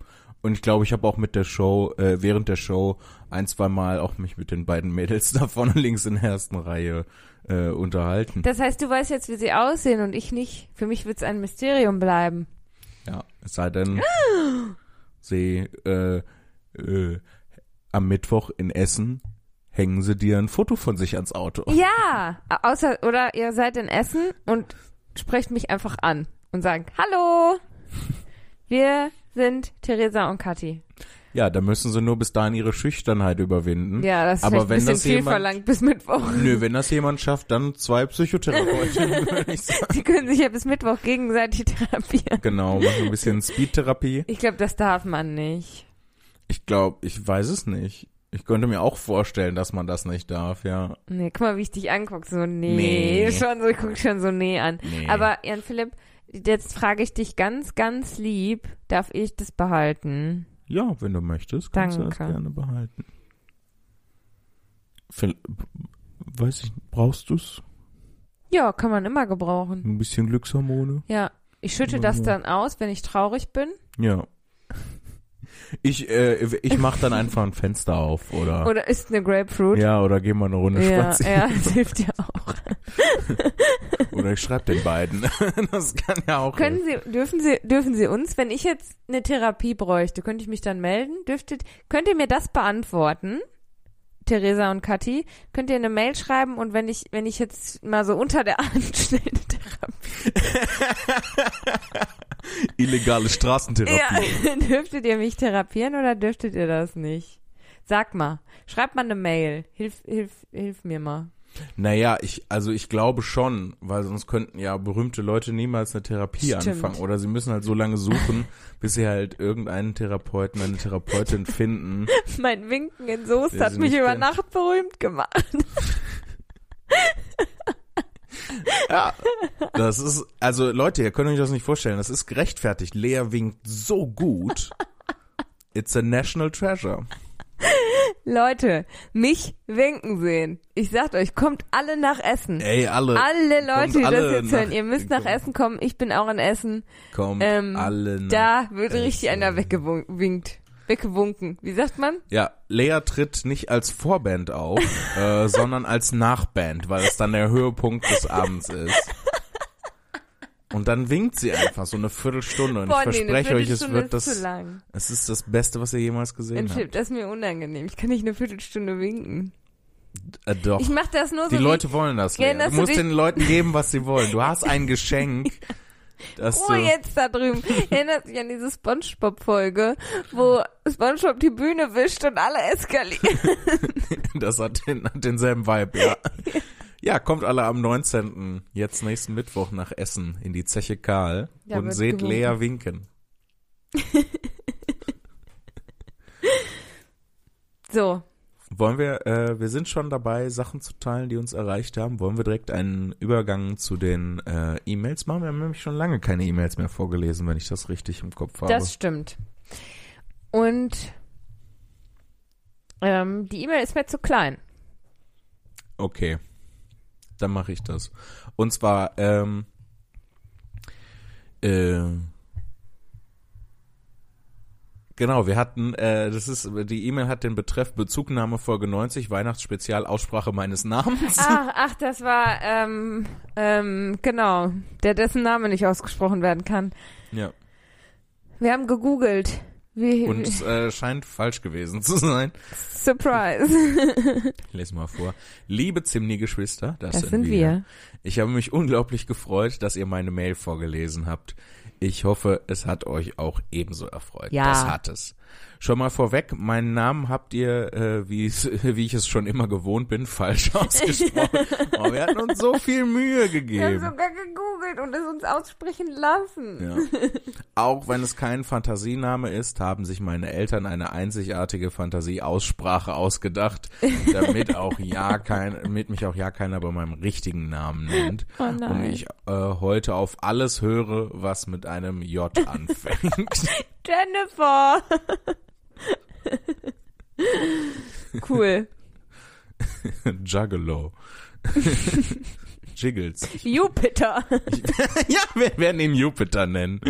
A: Und ich glaube, ich habe auch mit der Show, äh, während der Show ein, zwei Mal auch mich mit den beiden Mädels *laughs* da vorne links in der ersten Reihe äh, unterhalten.
B: Das heißt, du weißt jetzt, wie sie aussehen und ich nicht. Für mich wird es ein Mysterium bleiben.
A: Ja, es sei denn, sie äh, äh, am Mittwoch in Essen hängen sie dir ein Foto von sich ans Auto.
B: Ja, außer oder ihr seid in Essen und sprecht mich einfach an und sagt: "Hallo. Wir sind Theresa und Kathi."
A: Ja, da müssen sie nur bis dahin ihre Schüchternheit überwinden.
B: Ja, das ist
A: Aber
B: vielleicht
A: wenn
B: ein bisschen
A: das
B: viel
A: jemand-
B: verlangt bis Mittwoch.
A: *laughs* Nö, wenn das jemand schafft, dann zwei *laughs* Psychotherapeuten, würde ich sagen.
B: Die können sich ja bis Mittwoch gegenseitig therapieren.
A: Genau, machen ein bisschen Speedtherapie.
B: Ich glaube, das darf man nicht.
A: Ich glaube, ich weiß es nicht. Ich könnte mir auch vorstellen, dass man das nicht darf, ja.
B: Nee, guck mal, wie ich dich anguck. So, nee.
A: Nee.
B: Schon so, ich guck schon so nee an.
A: Nee.
B: Aber Jan Philipp, jetzt frage ich dich ganz, ganz lieb, darf ich das behalten?
A: Ja, wenn du möchtest, kannst du das
B: Danke.
A: gerne behalten. Vill- weiß ich, brauchst du es?
B: Ja, kann man immer gebrauchen.
A: Ein bisschen Glückshormone?
B: Ja. Ich schütte das dann aus, wenn ich traurig bin.
A: Ja. Ich, äh, ich mach dann einfach ein Fenster auf, oder?
B: Oder isst eine Grapefruit.
A: ja, oder geh mal eine Runde
B: ja,
A: spazieren.
B: ja, *laughs* das hilft ja auch.
A: Oder ich schreib den beiden. *laughs* Das kann ja auch.
B: Können Sie, dürfen Sie, dürfen Sie uns, wenn ich jetzt eine Therapie bräuchte, könnte ich mich dann melden? Dürftet, könnt ihr mir das beantworten? Theresa und Kathi, könnt ihr eine Mail schreiben und wenn ich, wenn ich jetzt mal so unter der *laughs* Hand schnell eine Therapie,
A: Illegale Straßentherapie.
B: ja, *laughs* dürftet ihr mich therapieren oder dürftet ihr das nicht? Sag mal, schreibt mal eine Mail. Hilf, hilf, hilf mir mal. *laughs*
A: Naja, ich, also ich glaube schon, weil sonst könnten ja berühmte Leute niemals eine Therapie
B: Stimmt.
A: anfangen. Oder sie müssen halt so lange
B: *laughs*
A: suchen, bis sie halt irgendeinen Therapeuten, eine Therapeutin finden.
B: Mein Winken in Soest
A: Wer
B: hat
A: sie
B: mich
A: nicht
B: über
A: kennt.
B: Nacht berühmt gemacht.
A: Ja. Das ist, also Leute, ihr könnt euch das nicht vorstellen, das ist gerechtfertigt. Lea winkt so gut. It's a national treasure.
B: Leute, mich winken sehen. Ich sag euch, kommt alle nach Essen.
A: Ey, alle,
B: alle Leute, die
A: kommt Äh,
B: das
A: alle
B: jetzt hören,
A: nach-
B: ihr müsst nach
A: kommt-
B: Essen kommen. Ich bin auch in Essen.
A: kommt
B: ähm,
A: alle nach.
B: da wird richtig
A: Essen.
B: einer weggewinkt. Weggewunken. Wie sagt man?
A: Ja, Lea tritt nicht als Vorband
B: *laughs*
A: auf, äh, sondern als Nachband, weil es dann der Höhepunkt des Abends ist. Und dann winkt sie einfach so eine Viertelstunde und ich
B: nee, eine
A: verspreche euch, es
B: Viertelstunde
A: wird
B: ist zu
A: das,
B: lang.
A: es ist das Beste, was ihr jemals gesehen
B: Entschuldigung,
A: habt.
B: das ist mir unangenehm. Ich kann nicht eine Viertelstunde winken.
A: Äh, doch.
B: Ich mach das nur so
A: Die
B: wie-
A: Leute wollen das, Lea.
B: Gern, dass
A: Du
B: du
A: musst
B: dich-
A: den Leuten geben, was sie wollen. Du hast
B: *laughs*
A: ein Geschenk, das
B: Oh,
A: du,
B: jetzt da drüben. Erinnert sich an diese Spongebob-Folge, wo Spongebob die Bühne wischt und alle
A: *laughs*
B: eskalieren.
A: *laughs* das hat, den, hat denselben Vibe,
B: *laughs*
A: ja. Ja, kommt alle am 19. jetzt nächsten Mittwoch nach Essen in die Zeche Karl
B: Ja,
A: und
B: wird
A: seht
B: gewunken.
A: Lea winken.
B: So,
A: Wollen wir, äh, wir sind schon dabei, Sachen zu teilen, die uns erreicht haben. Wollen wir direkt einen Übergang zu den äh, E-Mails machen? Wir haben nämlich schon lange keine E-Mails mehr vorgelesen, wenn ich das richtig im Kopf habe.
B: Das stimmt. Und ähm, die E-Mail ist mir zu klein.
A: Okay. Dann mache ich das. Und zwar, ähm, äh, genau, wir hatten, äh, das ist, die E-Mail hat den Betreff Bezugnahme Folge 90, Weihnachtsspezial, Aussprache meines Namens.
B: Ach, ach, das war, ähm, ähm, genau, der dessen Name nicht ausgesprochen werden kann.
A: Ja.
B: Wir haben gegoogelt. Wie,
A: Und
B: wie,
A: es äh, scheint falsch gewesen *laughs* zu sein.
B: surprise.
A: Ich lese mal vor. Liebe Zimni-Geschwister, das,
B: Das sind wir.
A: Ich habe mich unglaublich gefreut, dass ihr meine Mail vorgelesen habt. Ich hoffe, es hat euch auch ebenso erfreut.
B: Ja.
A: Das hat es. Schon mal vorweg, meinen Namen habt ihr, äh, wie, es- *laughs* wie ich es schon immer gewohnt bin,
B: *laughs*
A: falsch ausgesprochen. oh, wir hatten uns so viel Mühe
B: Wir haben
A: gegeben.
B: sogar gegoogelt und es uns aussprechen lassen.
A: Ja. Auch wenn es kein Fantasiename ist, haben sich meine Eltern eine einzigartige Fantasieaussprache ausgedacht, damit auch ja kein, damit mich auch ja keiner bei meinem richtigen Namen nennt.
B: Oh
A: Und
B: nein.
A: ich äh, heute auf alles höre, was mit einem J anfängt. *laughs*
B: Jennifer. *laughs* cool.
A: Juggalo. *laughs* Jiggles.
B: Jupiter.
A: *laughs* ja, wir werden ihn Jupiter nennen.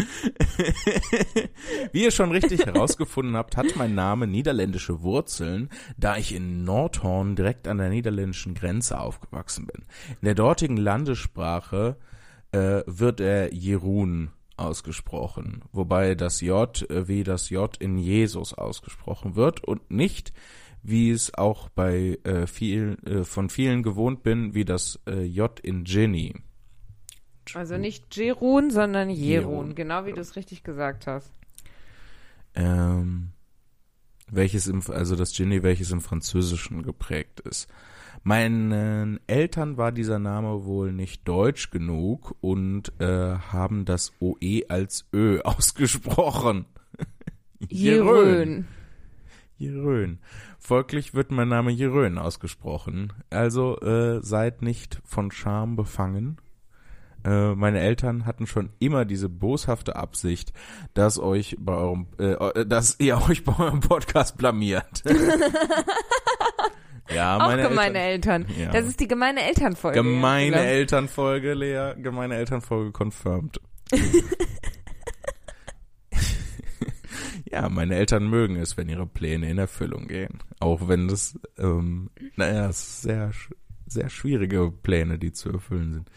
A: Wie ihr schon richtig herausgefunden habt, hat mein Name niederländische Wurzeln, da ich in Nordhorn direkt an der niederländischen Grenze aufgewachsen bin. In der dortigen Landessprache äh, wird er Jerun ausgesprochen, wobei das J äh, wie das J in Jesus ausgesprochen wird und nicht wie es auch bei äh, viel, äh, von vielen gewohnt bin, wie das äh, J in Ginny.
B: Also nicht Jerun, sondern Jerun,
A: Jerun.
B: genau wie du es richtig gesagt hast.
A: Ähm, welches im, also das Genie, welches im Französischen geprägt ist. Meinen Eltern war dieser Name wohl nicht deutsch genug und äh, haben das OE als Ö *laughs* ausgesprochen.
B: Jerön.
A: Jerön. Folglich wird mein Name Jerön ausgesprochen. Also äh, seid nicht von Scham befangen. Äh, meine Eltern hatten schon immer diese boshafte Absicht, dass euch bei eurem, äh, dass ihr *laughs* euch bei eurem Podcast blamiert. ja,
B: Auch
A: meine
B: gemeine
A: Eltern.
B: Eltern.
A: Ja.
B: Das ist die gemeine Elternfolge.
A: Gemeine
B: Eltern.
A: Elternfolge, Lea. Gemeine Elternfolge confirmed. ja, meine Eltern mögen es, wenn ihre Pläne in Erfüllung gehen. Auch wenn das, ähm, naja, es ist sehr, sch- sehr schwierige Pläne, die zu erfüllen sind.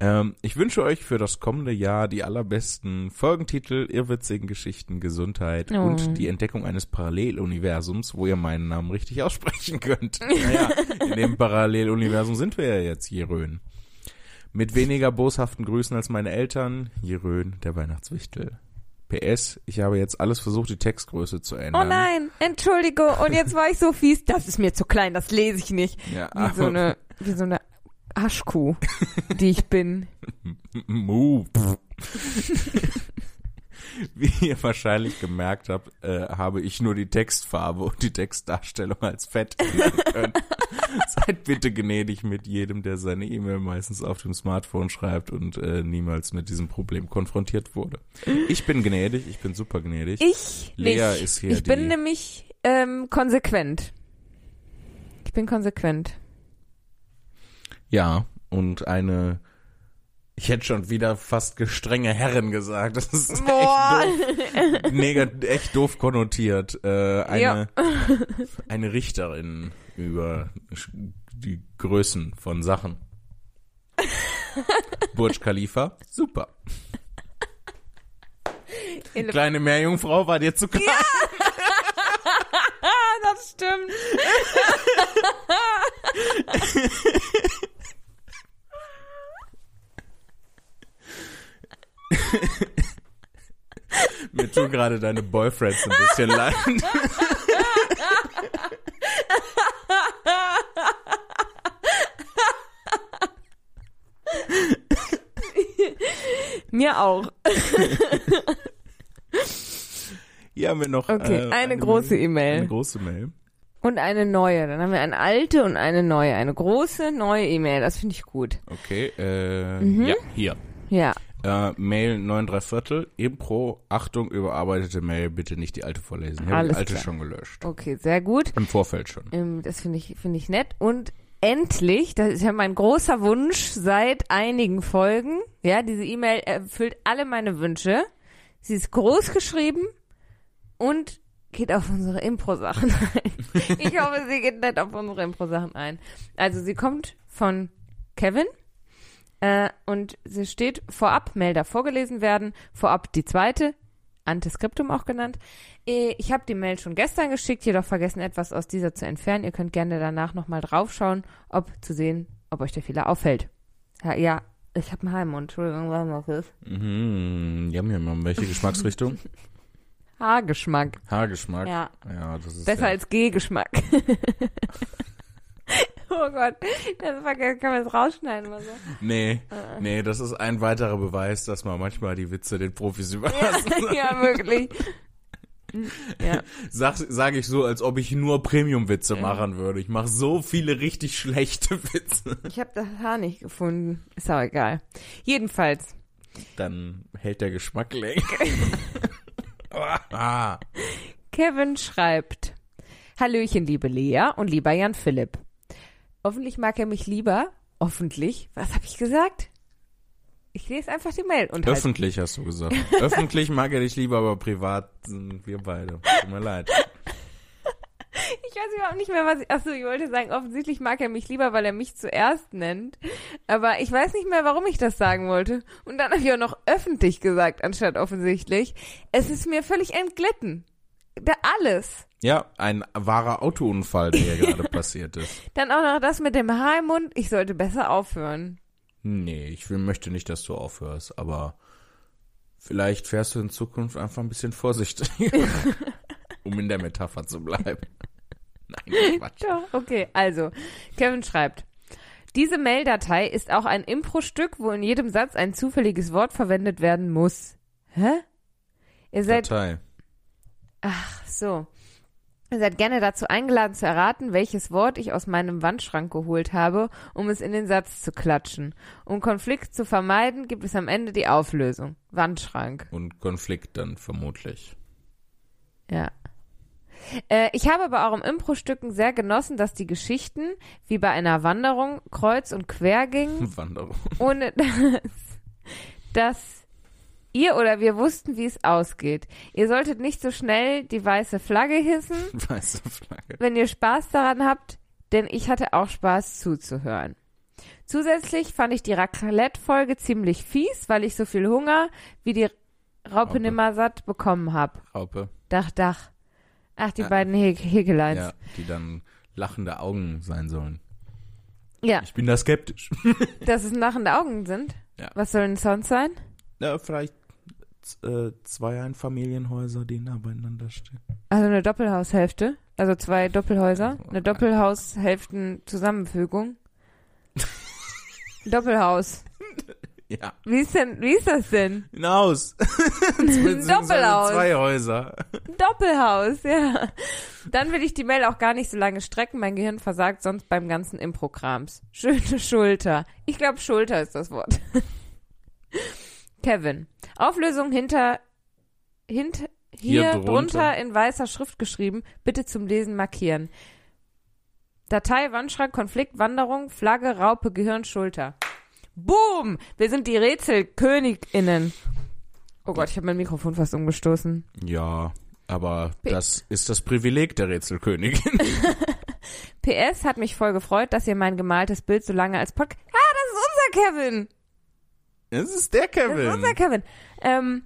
A: Ähm, ich wünsche euch für das kommende Jahr die allerbesten Folgentitel, irrwitzigen Geschichten, Gesundheit
B: Oh.
A: und die Entdeckung eines Paralleluniversums, wo ihr meinen Namen richtig aussprechen
B: *laughs*
A: könnt. Naja, in dem Paralleluniversum sind wir ja jetzt, Jerön. Mit weniger boshaften Grüßen als meine Eltern, Jerön, der Weihnachtswichtel. PS, ich habe jetzt alles versucht, die Textgröße zu ändern.
B: Oh nein, entschuldige. Und jetzt war ich so fies. Das ist mir zu klein, das lese ich nicht.
A: Ja,
B: Wie so eine, wie so eine Aschkuh, die ich bin.
A: *laughs* Mu. *laughs* Wie ihr wahrscheinlich gemerkt habt, äh, habe ich nur die Textfarbe und die Textdarstellung als fett ändern können. Seid bitte gnädig mit jedem, der seine E-Mail meistens auf dem Smartphone schreibt und äh, niemals mit diesem Problem konfrontiert wurde. Ich bin gnädig, ich bin super gnädig.
B: Ich
A: Lea
B: nicht.
A: ist hier
B: ich bin
A: die-
B: nämlich ähm, konsequent. Ich bin konsequent.
A: Ja, und eine, ich hätte schon wieder fast gestrenge Herren gesagt. *laughs* Das ist echt doof. mega echt doof konnotiert. Äh, eine, *laughs* eine Richterin über sch- die Größen von Sachen.
B: *laughs*
A: Burj Khalifa, super.
B: Elef-
A: Kleine Meerjungfrau war dir zu klein.
B: Ah, das stimmt.
A: Mir tun gerade deine Boyfriends ein
B: *laughs*
A: bisschen leid.
B: Mir auch.
A: Hier haben wir noch
B: Okay,
A: äh,
B: eine, große
A: Mail. Eine
B: E-Mail.
A: große Mail.
B: Und eine neue. Dann haben wir eine alte und eine neue. Eine große, neue E-Mail. Das finde ich gut.
A: Okay, äh,
B: Mhm.
A: ja, hier.
B: Ja.
A: Äh, Mail 9 3 Viertel, Impro, Achtung, überarbeitete Mail, bitte nicht die alte vorlesen. Ich habe die
B: Alles
A: alte
B: klar.
A: schon gelöscht.
B: Okay, sehr gut.
A: Im Vorfeld schon.
B: Ähm, das finde ich, finde ich nett. Und endlich, das ist ja mein großer Wunsch seit einigen Folgen. Ja, diese E-Mail erfüllt alle meine Wünsche. Sie ist groß geschrieben und geht auf unsere Impro-Sachen ein. Ich hoffe, sie geht nett auf unsere Impro-Sachen ein. Also sie kommt von Kevin. Äh, und sie steht vorab Melder vorgelesen werden, vorab die zweite, Anteskriptum auch genannt. Äh, Ich habe die Mail schon gestern geschickt, jedoch vergessen etwas aus dieser zu entfernen. Ihr könnt gerne danach nochmal draufschauen, ob zu sehen, ob euch der Fehler auffällt. Ja, ja ich habe einen Halbmund, Entschuldigung, was das ist.
A: Mhm, yum, yum, yum. Welche
B: *laughs*
A: Geschmacksrichtung?
B: Haargeschmack.
A: Haargeschmack. Ja.
B: Ja,
A: das ist
B: besser
A: ja-
B: als Gehgeschmack. *laughs* oh Gott, das war, kann man jetzt rausschneiden oder so.
A: Nee,
B: Äh.
A: nee, das ist ein weiterer Beweis, dass man manchmal die Witze den
B: *laughs*
A: Profis überlassen.
B: ja, wirklich. Ja.
A: Sag, sag ich so, als ob ich nur Premium-Witze machen würde. Ich mache so viele richtig schlechte Witze.
B: Ich habe das Haar nicht gefunden. Ist auch egal. Jedenfalls.
A: Dann hält der Geschmack länger. *laughs*
B: *laughs*
A: ah,
B: Kevin schreibt: Hallöchen, liebe Lea und lieber Jan Philipp. Hoffentlich mag er mich lieber. Hoffentlich. Was habe ich gesagt? Ich lese einfach die Mail und halt.
A: öffentlich hast du
B: *laughs*
A: gesagt. Öffentlich mag er dich lieber, aber privat sind wir beide. Tut mir leid.
B: Ich weiß überhaupt nicht mehr, was ich. Achso, ich wollte sagen, offensichtlich mag er mich lieber, weil er mich zuerst nennt. Aber ich weiß nicht mehr, warum ich das sagen wollte. Und dann habe ich auch noch öffentlich gesagt, anstatt offensichtlich. Es ist mir völlig entglitten. Da alles.
A: Ja, ein wahrer Autounfall, der hier
B: *laughs*
A: gerade passiert ist.
B: Dann auch noch das mit dem Haar im Mund. Ich sollte besser aufhören.
A: Nee, ich will, möchte nicht, dass du aufhörst,
B: *laughs*
A: aber vielleicht fährst du in Zukunft einfach ein bisschen vorsichtiger. um in der Metapher zu bleiben. Nein, Quatsch.
B: Ja, okay, also, Kevin schreibt. Diese Mail-Datei ist auch ein Impro-Stück, wo in jedem Satz ein zufälliges Wort verwendet werden muss. Hä? Ihr *laughs* seid,
A: Datei.
B: so. Ihr seid gerne dazu eingeladen zu erraten, welches Wort ich aus meinem Wandschrank geholt habe, um es in den Satz zu klatschen. Um Konflikt zu vermeiden, gibt es am Ende die Auflösung. Wandschrank.
A: Und Konflikt dann vermutlich.
B: Ja. Äh, Ich habe bei eurem Impro-Stücken sehr genossen, dass die Geschichten, wie bei einer Wanderung, kreuz und quer gingen,
A: Wanderung.
B: ohne *laughs* dass, dass ihr oder wir wussten, wie es ausgeht. Ihr solltet nicht so schnell die weiße Flagge hissen,
A: Weiße Flagge.
B: wenn ihr Spaß daran habt, denn ich hatte auch Spaß zuzuhören. Zusätzlich fand ich die Raclette-Folge ziemlich fies, weil ich so viel Hunger wie die Raupe
A: Raupe.
B: nimmer satt bekommen habe.
A: Raupe.
B: Dach, Dach. Ach, die
A: Ja.
B: beiden He Hegeleins.
A: Ja, die dann lachende Augen sein sollen.
B: Ja,
A: Ich bin da skeptisch.
B: dass es lachende Augen sind.
A: Ja.
B: Was soll denn sonst sein?
A: Ja, vielleicht äh, zwei Einfamilienhäuser, die nah beieinander stehen.
B: Also eine Doppelhaushälfte. Also zwei Doppelhäuser. Eine Doppelhaushälftenzusammenfügung. Doppelhaus.
A: Ja.
B: Wie ist denn, wie ist das denn?
A: Ein *laughs* Haus. Ein
B: Doppelhaus.
A: Zwei Häuser.
B: Doppelhaus, ja. Dann will ich die Mail auch gar nicht so lange strecken. Mein Gehirn versagt sonst beim ganzen Imprograms. Schöne Schulter. Ich glaube, Schulter ist das Wort. *laughs* Kevin. Auflösung hinter, hint, hier,
A: Hier
B: drunter.
A: drunter.
B: in weißer Schrift geschrieben. Bitte zum Lesen markieren. Datei, Wandschrank, Konflikt, Wanderung, Flagge, Raupe, Gehirn, Schulter. Boom! Wir sind die Rätselköniginnen. Oh Gott, ich habe mein Mikrofon fast umgestoßen.
A: Ja, aber
B: Pick.
A: das ist das Privileg der Rätselkönigin.
B: PS hat mich voll gefreut, dass ihr mein gemaltes Bild so lange als Podcast. Ah, das ist unser Kevin.
A: *laughs* Das ist der
B: Das ist
A: Kevin.
B: unser Kevin. Ähm,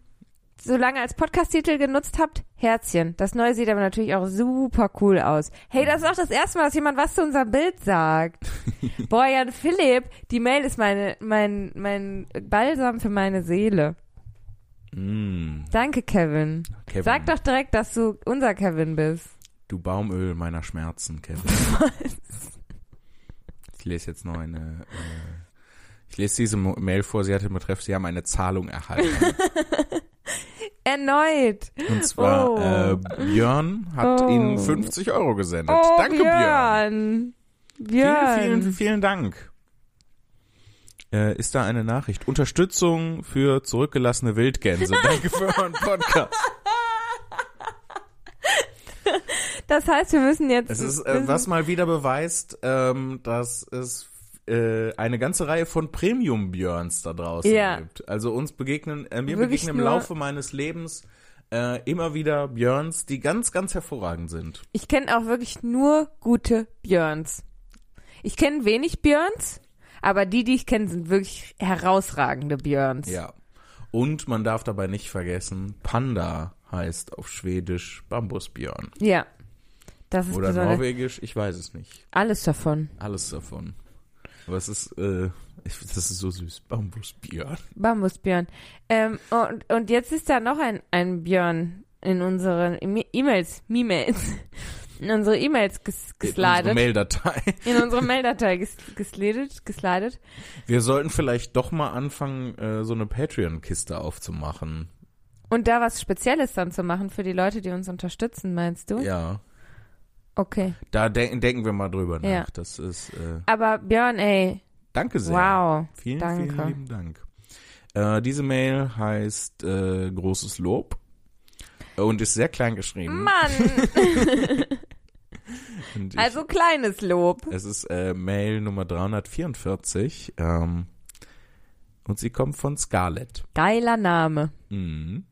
B: so lange als Podcast-Titel genutzt habt, Herzchen. Das neue sieht aber natürlich auch super cool aus. Hey, das ist auch das erste Mal, dass jemand was zu unserem Bild
A: *laughs*
B: sagt. Boah, Jan Philipp, die Mail ist meine, mein, mein Balsam für meine Seele.
A: Mm,
B: Danke, Kevin.
A: Kevin.
B: Sag doch direkt, dass du unser Kevin bist.
A: Du Baumöl meiner Schmerzen,
B: *laughs*
A: Kevin. Ich lese jetzt noch eine. Äh, ich lese diese Mo- Mail vor. Sie hatte im Betreff, Sie haben eine Zahlung erhalten.
B: Erneut.
A: Und zwar
B: Oh.
A: äh, Björn hat
B: Oh.
A: Ihnen 50 Euro gesendet.
B: Oh,
A: Danke, Björn.
B: Björn. Björn.
A: Vielen, vielen, vielen Dank. Äh, ist da eine Nachricht? Unterstützung für zurückgelassene
B: *laughs*
A: Wildgänse. Danke für euren Podcast.
B: Das heißt, wir müssen jetzt.
A: Es ist, äh, was mal wieder beweist, ähm, dass es äh, eine ganze Reihe von Premium-Björns da draußen
B: Ja.
A: gibt. Also uns begegnen, äh, mir
B: Wirklich
A: begegnen im
B: nur-
A: Laufe meines Lebens äh, immer wieder Björns, die ganz, ganz hervorragend sind.
B: Ich kenne auch wirklich nur gute Björns. Ich kenne wenig Björns, aber die, die ich kenne, sind wirklich herausragende Björns.
A: Ja. Und man darf dabei nicht vergessen, Panda heißt auf Schwedisch Bambusbjörn.
B: Ja. Das ist
A: Oder
B: besonders.
A: Norwegisch, ich weiß es nicht.
B: Alles davon.
A: Alles davon. Aber es ist, äh, ich, das ist so süß. Bambusbjörn.
B: Bambusbjörn. Ähm, und, und jetzt ist da noch ein, ein Björn in unseren E- E-Mails, E-Mails, *laughs* in unsere E-Mails ges
A: Unsere
B: geslidet.
A: Mail-Datei.
B: In unsere Mail-Datei ges geslidet, geslidet.
A: Wir sollten vielleicht doch mal anfangen, äh, so eine Patreon-Kiste aufzumachen.
B: Und da was Spezielles dann zu machen für die Leute, die uns unterstützen, meinst du?
A: Ja.
B: Okay.
A: Da denk- denken wir mal drüber nach.
B: Ja.
A: Das ist. Äh,
B: Aber Björn, ey,
A: danke sehr.
B: wow.
A: Vielen,
B: danke.
A: vielen lieben Dank. Äh, diese Mail heißt äh, Großes Lob und ist sehr klein geschrieben. *laughs*
B: Mann,
A: Und ich,
B: also kleines Lob.
A: es ist äh, Mail Nummer 344 ähm, und sie kommt von Scarlett.
B: Geiler Name.
A: Mhm.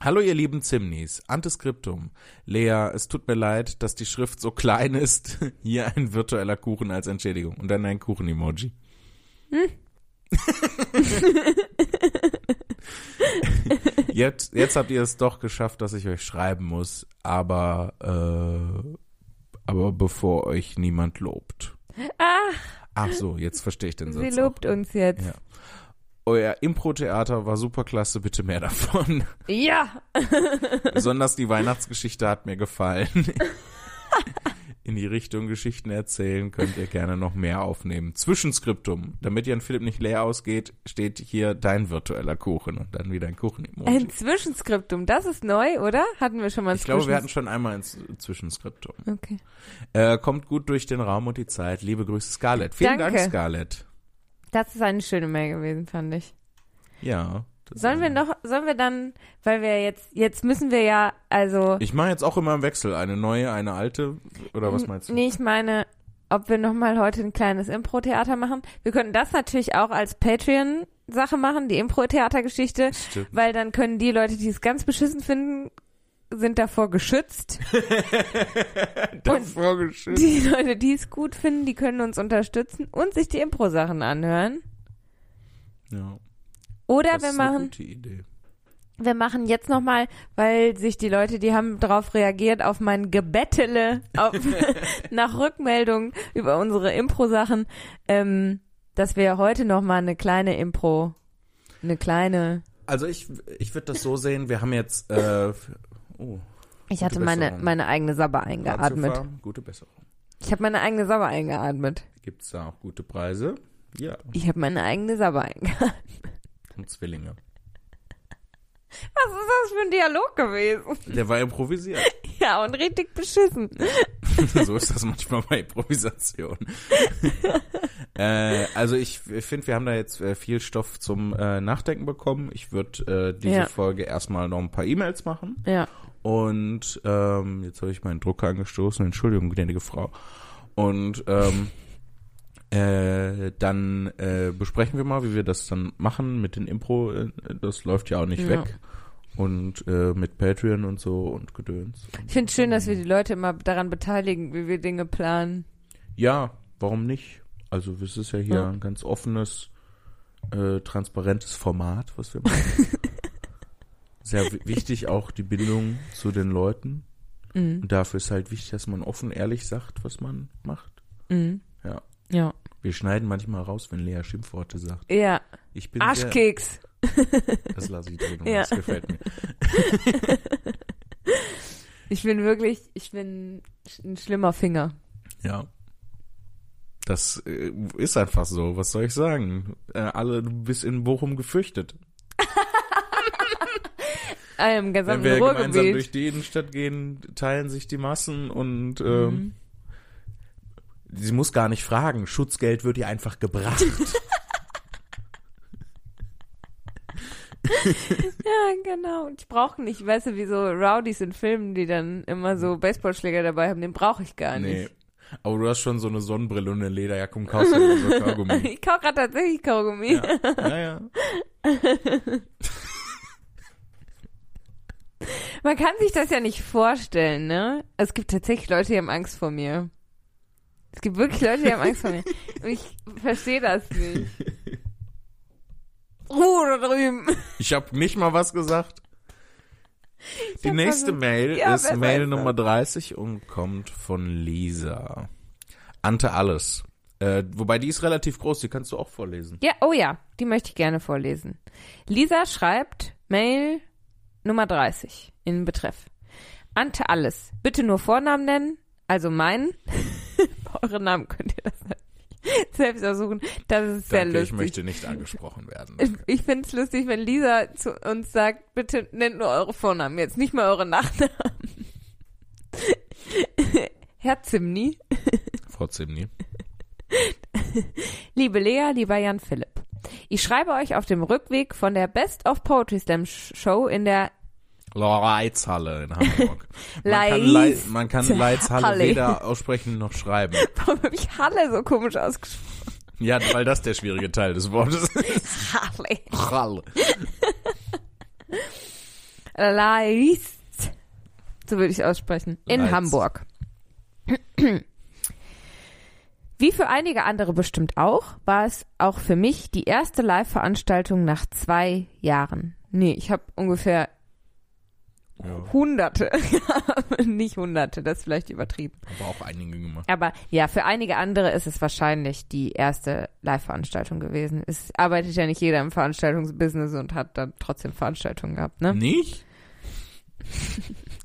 A: Hallo ihr lieben Zimnis, Anteskriptum. Lea, es tut mir leid, dass die Schrift so klein ist. *laughs* Hier ein virtueller Kuchen als Entschädigung und dann ein Kuchen-Emoji. *laughs* jetzt, jetzt habt ihr es doch geschafft, dass ich euch schreiben muss, aber, äh, aber bevor euch niemand lobt.
B: Ach,
A: Ach so, jetzt verstehe ich den
B: sie
A: Satz.
B: lobt uns jetzt.
A: Ja. euer Impro-Theater war superklasse, bitte mehr davon.
B: Ja,
A: Besonders die Weihnachtsgeschichte hat mir gefallen. *laughs* In die Richtung Geschichten erzählen könnt ihr gerne noch mehr aufnehmen. Zwischenskriptum, damit ihr an Philipp nicht leer ausgeht, steht hier dein virtueller Kuchen und dann wieder ein kuchen -Emoji.
B: ein Zwischenskriptum, das ist neu, oder? Hatten wir schon mal ein
A: Ich glaube, wir hatten
B: Zwischens-
A: schon einmal ein Z- Zwischenskriptum.
B: Okay.
A: Äh, kommt gut durch den Raum und die Zeit. Liebe Grüße, Scarlett. Vielen
B: Danke.
A: Dank, Scarlett.
B: Das ist eine schöne Mail gewesen, fand ich.
A: Ja. das-
B: Sollen wir noch, sollen wir dann, weil wir jetzt, jetzt müssen wir ja, also,
A: Ich mache jetzt auch immer im Wechsel. Eine neue, eine alte. Oder was meinst du?
B: nee, ich meine, ob wir nochmal heute ein kleines Impro-Theater machen. Wir könnten das natürlich auch als Patreon-Sache machen, die Impro-Theater-Geschichte,
A: Stimmt.
B: weil dann können die Leute, die es ganz beschissen finden, sind davor *laughs* geschützt.
A: Davor geschützt.
B: Die Leute, die es gut finden, die können uns unterstützen und sich die Impro-Sachen anhören.
A: Ja,
B: Oder
A: das
B: wir
A: ist eine
B: machen,
A: gute Idee.
B: wir machen jetzt nochmal, weil sich die Leute, die haben darauf reagiert, auf mein Gebettele *laughs* auf, nach Rückmeldungen über unsere Impro-Sachen, ähm, dass wir heute nochmal eine kleine Impro, eine kleine.
A: Also ich, ich würde das so sehen, wir haben jetzt äh, oh,
B: Ich
A: Gute
B: hatte meine,
A: Besserung.
B: meine eigene Sabber eingeatmet.
A: Ratiofarm, gute Besserung.
B: Ich habe meine eigene Sabber eingeatmet.
A: Gibt es da auch gute Preise? Ja,
B: Ich habe meine eigene Sabber eingeatmet.
A: und Zwillinge.
B: Was ist das für ein Dialog gewesen? *laughs*
A: Der war improvisiert.
B: Ja, und richtig beschissen.
A: so ist das manchmal bei Improvisation. äh, also ich finde, wir haben da jetzt äh, viel Stoff zum äh, Nachdenken bekommen. Ich würde äh, diese
B: Ja.
A: Folge erstmal noch ein paar E-Mails machen.
B: Ja.
A: Und ähm, jetzt habe ich meinen Drucker angestoßen. Entschuldigung, gnädige Frau. Und ähm, äh, dann äh, besprechen wir mal, wie wir das dann machen mit den Impro. äh, Das läuft ja auch nicht
B: Ja.
A: weg. Und äh, mit Patreon und so und Gedöns.
B: Ich finde es schön, dass wir die Leute immer daran beteiligen, wie wir Dinge planen.
A: Ja, warum nicht? Also es ist ja hier
B: Ja.
A: ein ganz offenes, äh, transparentes Format, was wir machen.
B: *laughs*
A: Sehr wi- wichtig auch die Bindung zu den Leuten.
B: Mhm.
A: Und dafür ist halt wichtig, dass man offen ehrlich sagt, was man macht.
B: Mhm.
A: Ja.
B: Ja.
A: Wir schneiden manchmal raus, wenn Lea Schimpfworte sagt.
B: Ja.
A: Ich bin sehr,
B: Arschkeks.
A: das lasse ich
B: *laughs*
A: drin,
B: Ja.
A: das gefällt mir.
B: Ich bin wirklich, ich bin sch- ein schlimmer Finger.
A: Ja. Das äh, ist einfach so, was soll ich sagen? Äh, alle, du bist in Bochum gefürchtet.
B: Ah, Im
A: Wenn
B: gesamten
A: wir gemeinsam durch
B: Ruhrgebiet.
A: die Innenstadt gehen, teilen sich die Massen und ähm,
B: Mhm.
A: sie muss gar nicht fragen. Schutzgeld wird ihr einfach
B: *laughs*
A: gebracht.
B: Ja, genau. Und Ich brauche nicht, weißt du, wie so Rowdies in Filmen, die dann immer so
A: Mhm.
B: Baseballschläger dabei haben, den brauche ich gar nicht.
A: Aber du hast schon so eine Sonnenbrille und eine Lederjacke und kaufst ja so
B: *laughs*
A: Kaugummi.
B: Ich kaufe gerade tatsächlich Kaugummi.
A: Ja, ja, ja.
B: Man kann sich das ja nicht vorstellen, ne? Es gibt tatsächlich Leute, die haben Angst vor mir. Es gibt wirklich Leute, die haben Angst *laughs* vor mir. Und ich verstehe das *laughs* nicht. Ruhe Oh, da drüben.
A: Ich habe nicht mal was gesagt. Die
B: hab
A: nächste
B: versucht-
A: Mail
B: Ja,
A: ist
B: wer
A: Mail
B: weiß das?
A: Nummer 30 und kommt von Lisa. Ante alles. Äh, wobei die ist relativ groß, die kannst du auch vorlesen.
B: Ja, oh ja, die möchte ich gerne vorlesen. Lisa schreibt Mail Nummer 30 in Betreff. Ante alles. Bitte nur Vornamen nennen, also meinen. *laughs* Eure Namen könnt ihr das natürlich selbst aussuchen. Das ist sehr
A: Danke, ich
B: lustig.
A: möchte nicht angesprochen werden.
B: *laughs* Ich, ich finde es lustig, wenn Lisa zu uns sagt, bitte nennt nur eure Vornamen jetzt, nicht mal eure Nachnamen. *laughs* Herr Zimni,
A: Frau Zimni.
B: liebe Lea, lieber Jan Philipp. Ich schreibe euch auf dem Rückweg von der Best of Poetry Slam Show in der *laughs*
A: Leitzhalle in Hamburg. Man kann,
B: Leitz-
A: Lei- man kann Leitzhalle
B: Halle.
A: weder aussprechen noch schreiben.
B: Warum habe ich Halle so komisch ausgesprochen?
A: Ja, weil das der schwierige Teil des Wortes ist. *laughs*
B: Halle.
A: Halle.
B: Leist. So würde ich aussprechen. In
A: Leist.
B: Hamburg. Wie für einige andere bestimmt auch, war es auch für mich die erste Live-Veranstaltung nach zwei Jahren. Nee, ich habe ungefähr
A: Ja.
B: Hunderte. *laughs* Nicht Hunderte, das ist vielleicht übertrieben.
A: Aber auch einige gemacht.
B: Aber ja, für einige andere ist es wahrscheinlich die erste Live-Veranstaltung gewesen. Es arbeitet ja nicht jeder im Veranstaltungsbusiness und hat dann trotzdem Veranstaltungen gehabt, ne? *laughs*
A: Nicht?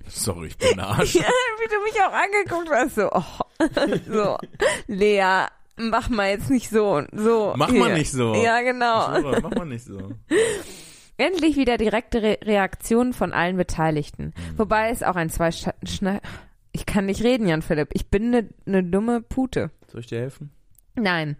A: Sorry, ich bin ein Arsch.
B: Ja, wie du mich auch angeguckt hast, so, oh. *laughs* so, Lea, mach mal jetzt nicht so, so.
A: Mach mal nicht so.
B: Ja,
A: Ich
B: genau.
A: schwöre, mach mal nicht so.
B: Endlich wieder direkte Re Reaktion von allen Beteiligten.
A: Hm.
B: Wobei es auch ein zwei Schne Ich kann nicht reden, Jan Philipp. Ich bin eine ne dumme Pute.
A: Soll ich dir helfen?
B: Nein.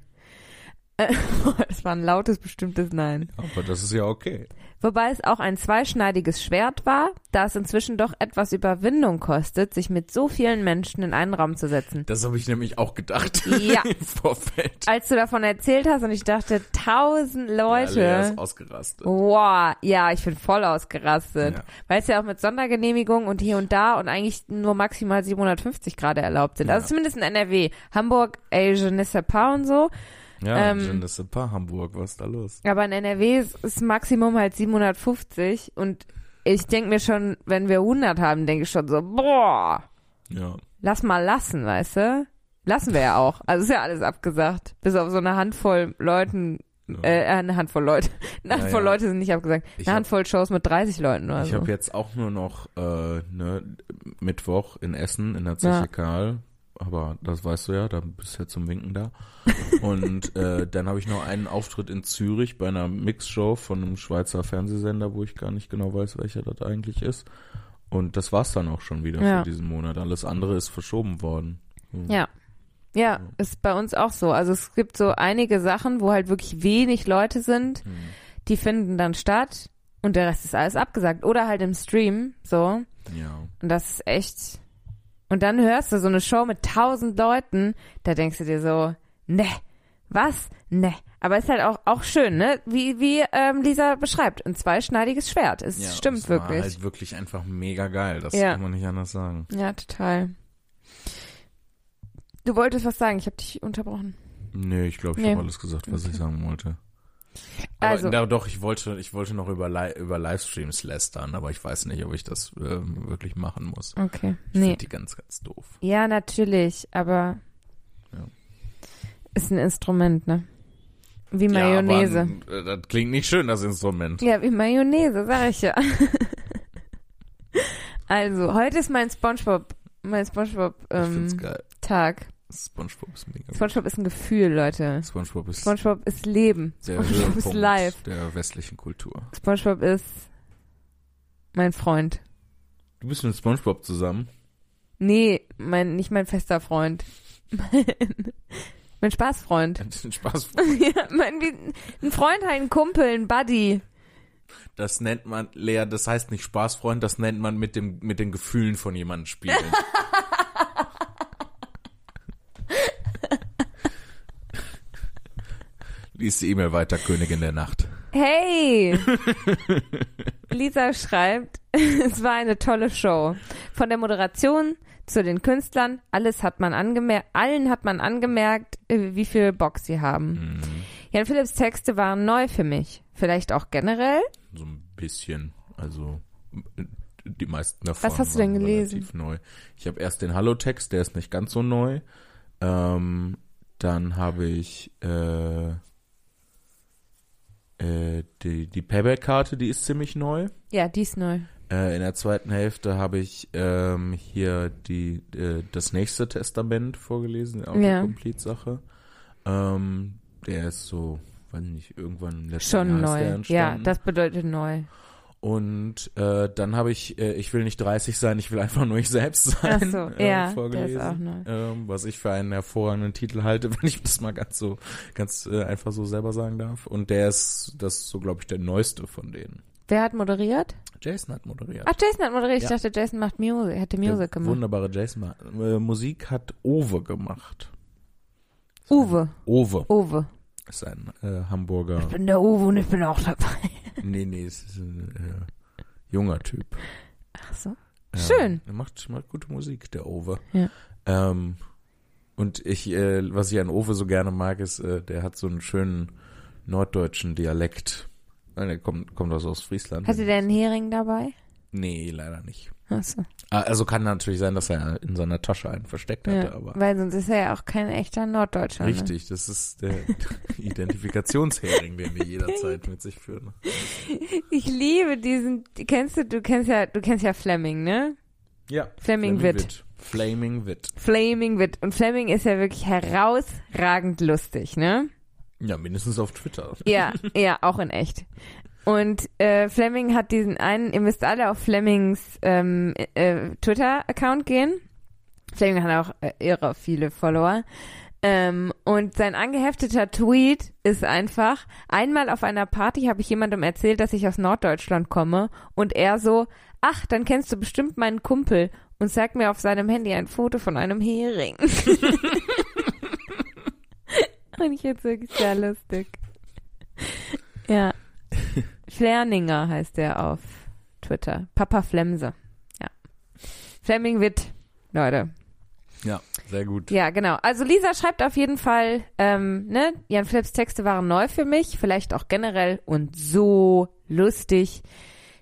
B: Äh, *laughs* Das war ein lautes, bestimmtes Nein.
A: Aber das ist ja okay.
B: Wobei es auch ein zweischneidiges Schwert war, da es inzwischen doch etwas Überwindung kostet, sich mit so vielen Menschen in einen Raum zu setzen.
A: Das habe ich nämlich auch gedacht.
B: Ja.
A: *laughs* Im Vorfeld.
B: Als du davon erzählt hast und ich dachte, tausend Leute.
A: Ja, Lea ist ausgerastet.
B: Wow, ja, ich bin voll ausgerastet.
A: Ja.
B: Weil es ja auch mit Sondergenehmigung und hier und da und eigentlich nur maximal 750 gerade erlaubt sind. Also zumindest in NRW. Hamburg, ey, je ne sais pas und so.
A: Ja,
B: Ähm,
A: ähm, das ist ein paar Hamburg, was ist da los?
B: Aber in NRW ist, ist Maximum halt 750 und ich denk mir schon, wenn wir 100 haben, denke ich schon so, boah,
A: Ja.
B: lass mal lassen, weißt du? Lassen wir ja auch. Also ist ja alles abgesagt. Bis auf so eine Handvoll Leuten,
A: Ja.
B: äh, eine Handvoll Leute. *laughs* Eine
A: Ja,
B: Handvoll
A: ja.
B: Leute sind nicht abgesagt.
A: Ich
B: eine
A: hab-
B: Handvoll Shows mit 30 Leuten oder
A: Ich
B: so.
A: habe jetzt auch nur noch äh, ne, Mittwoch in Essen in der Zeche
B: Ja.
A: Karl. Aber das weißt du ja, da bist du ja zum Winken
B: *laughs*
A: da. Und äh, dann habe ich noch einen Auftritt in Zürich bei einer Mixshow von einem Schweizer Fernsehsender, wo ich gar nicht genau weiß, welcher das eigentlich ist. Und das war's dann auch schon wieder
B: Ja.
A: für diesen Monat. Alles andere ist verschoben worden.
B: Ja. Ja, ist bei uns auch so. Also es gibt so einige Sachen, wo halt wirklich wenig Leute
A: Hm.
B: sind, die finden dann statt und der Rest ist alles abgesagt. Oder halt im Stream, so.
A: Ja.
B: Und das ist echt. Und dann hörst du so eine Show mit tausend Leuten, da denkst du dir so, ne, was? Ne. Aber ist halt auch, auch schön, ne? Wie, wie ähm, Lisa beschreibt, ein zweischneidiges Schwert. Es
A: ja
B: stimmt
A: es
B: wirklich.
A: War halt wirklich einfach mega geil. Das
B: Ja.
A: kann man nicht anders sagen.
B: Ja, total. Du wolltest was sagen, ich habe dich unterbrochen.
A: Nee, ich glaube, ich
B: Nee.
A: habe alles gesagt, was ich sagen wollte. Aber
B: Also-
A: na, doch, ich wollte, ich wollte noch über, Li über Livestreams lästern, aber ich weiß nicht, ob ich das ähm, wirklich machen muss.
B: Okay.
A: Ich
B: Nee.
A: finde die ganz, ganz doof.
B: Ja, natürlich, aber
A: Ja.
B: ist ein Instrument, ne? Wie
A: Ja,
B: Mayonnaise.
A: aber, äh, das klingt nicht schön, das Instrument.
B: Ja, wie Mayonnaise, sag ich ja. *laughs* also, heute ist mein Spongebob, mein Spongebob
A: ich find's
B: ähm,
A: geil.
B: Tag.
A: Spongebob ist mega. gut.
B: Spongebob ist ein Gefühl, Leute.
A: Spongebob ist
B: Spongebob ist Leben.
A: der
B: Spongebob ist
A: Höhepunkt
B: live.
A: der westlichen Kultur.
B: Spongebob ist mein Freund.
A: Du bist mit Spongebob zusammen. *laughs*
B: Nee, mein nicht mein fester Freund. *laughs* Mein, mein Spaßfreund. *laughs*
A: Hat den Spaß.
B: ja, mein, wie, ein Freund, halt ein Kumpel, ein Buddy.
A: Das nennt man, Lea, das heißt nicht Spaßfreund, das nennt man mit, dem, mit den Gefühlen von jemandem
B: *laughs*
A: spielen. Lies die E-Mail weiter, Königin der Nacht.
B: Hey! Lisa schreibt, *laughs* es war eine tolle Show. Von der Moderation zu den Künstlern, alles hat man angemerkt, allen hat man angemerkt, äh, wie viel Bock sie
A: Mhm.
B: haben. Jan Philipps Texte waren neu für mich. Vielleicht auch generell?
A: So ein bisschen, also die meisten davon
B: Was hast du denn
A: waren
B: gelesen?
A: relativ neu. Ich habe erst den Hallo-Text, der ist nicht ganz so neu. Ähm, dann habe ich äh, äh, die, die Payback-Karte, die ist ziemlich neu.
B: Ja, dies neu.
A: Äh, in der zweiten Hälfte habe ich ähm, hier die, äh, das nächste Testament vorgelesen, die
B: Ja.
A: Autocomplete-Sache. Ähm, der ist so, weiß nicht, irgendwann im letzten Jahr
B: Schon
A: ist der
B: neu. Ja,
A: entstanden.
B: das bedeutet neu.
A: Und äh, dann habe ich, äh, ich will nicht 30 sein, ich will einfach nur ich selbst
B: Ach
A: sein,
B: so,
A: äh,
B: ja, der
A: vorgelesen.
B: ist auch neu.
A: Ähm, was ich für einen hervorragenden Titel halte, *laughs* wenn ich das mal ganz so, ganz äh, einfach so selber sagen darf. Und der ist, das ist so, glaube ich, der neueste von denen.
B: Wer hat moderiert?
A: Jason hat moderiert.
B: Ach, Jason hat moderiert. Ich
A: Ja.
B: dachte, Jason macht Music, hätte Music
A: Der
B: gemacht.
A: Wunderbare Jason. Ma äh, Musik hat Ove gemacht.
B: Uwe.
A: Ove
B: Uwe.
A: ist ein äh,
B: *laughs*
A: Hamburger.
B: bin der Uwe und ich bin auch dabei.
A: nee, nee, es ist ein äh, junger Typ.
B: Ach so.
A: Ja,
B: Schön.
A: Er macht, macht gute Musik, der Ove.
B: Ja.
A: Ähm, und ich, äh, was ich an Ove so gerne mag, ist, äh, der hat so einen schönen norddeutschen Dialekt. Nein, der kommt, kommt aus Ostfriesland.
B: Hatte der einen Hering dabei?
A: Nee, leider nicht.
B: Achso.
A: Ah, Also kann natürlich sein, dass er in seiner Tasche einen versteckt hatte,
B: Ja,
A: aber
B: weil sonst ist er ja auch kein echter ne? Norddeutscher.
A: richtig, das ist der *laughs* Identifikationshering, den wir jederzeit mit sich führen.
B: Ne? *laughs* Ich liebe diesen. Kennst du, du kennst ja, du kennst ja Fleming, ne?
A: Ja.
B: Fleming Witt.
A: Flaming Witt.
B: Flaming Witt. Und Fleming ist ja wirklich herausragend lustig, ne?
A: Ja, mindestens auf Twitter.
B: Ja, ja, auch in echt. Und äh, Fleming hat diesen einen, ihr müsst alle auf Flemings ähm, äh, Twitter-Account gehen. Fleming hat auch äh, irre viele Follower. Ähm, und sein angehefteter Tweet ist einfach, einmal auf einer Party habe ich jemandem erzählt, dass ich aus Norddeutschland komme und er so, ach, dann kennst du bestimmt meinen Kumpel und zeigt mir auf seinem Handy ein Foto von einem Hering. *laughs* und ich jetzt wirklich sehr lustig. *laughs* Ja. Flerninger heißt er auf Twitter. Papa Flemse. Ja. Fleming Witt, Leute.
A: Ja, sehr gut.
B: Ja, genau. Also Lisa schreibt auf jeden Fall, ähm, ne, Jan Philipps Texte waren neu für mich, vielleicht auch generell und so lustig.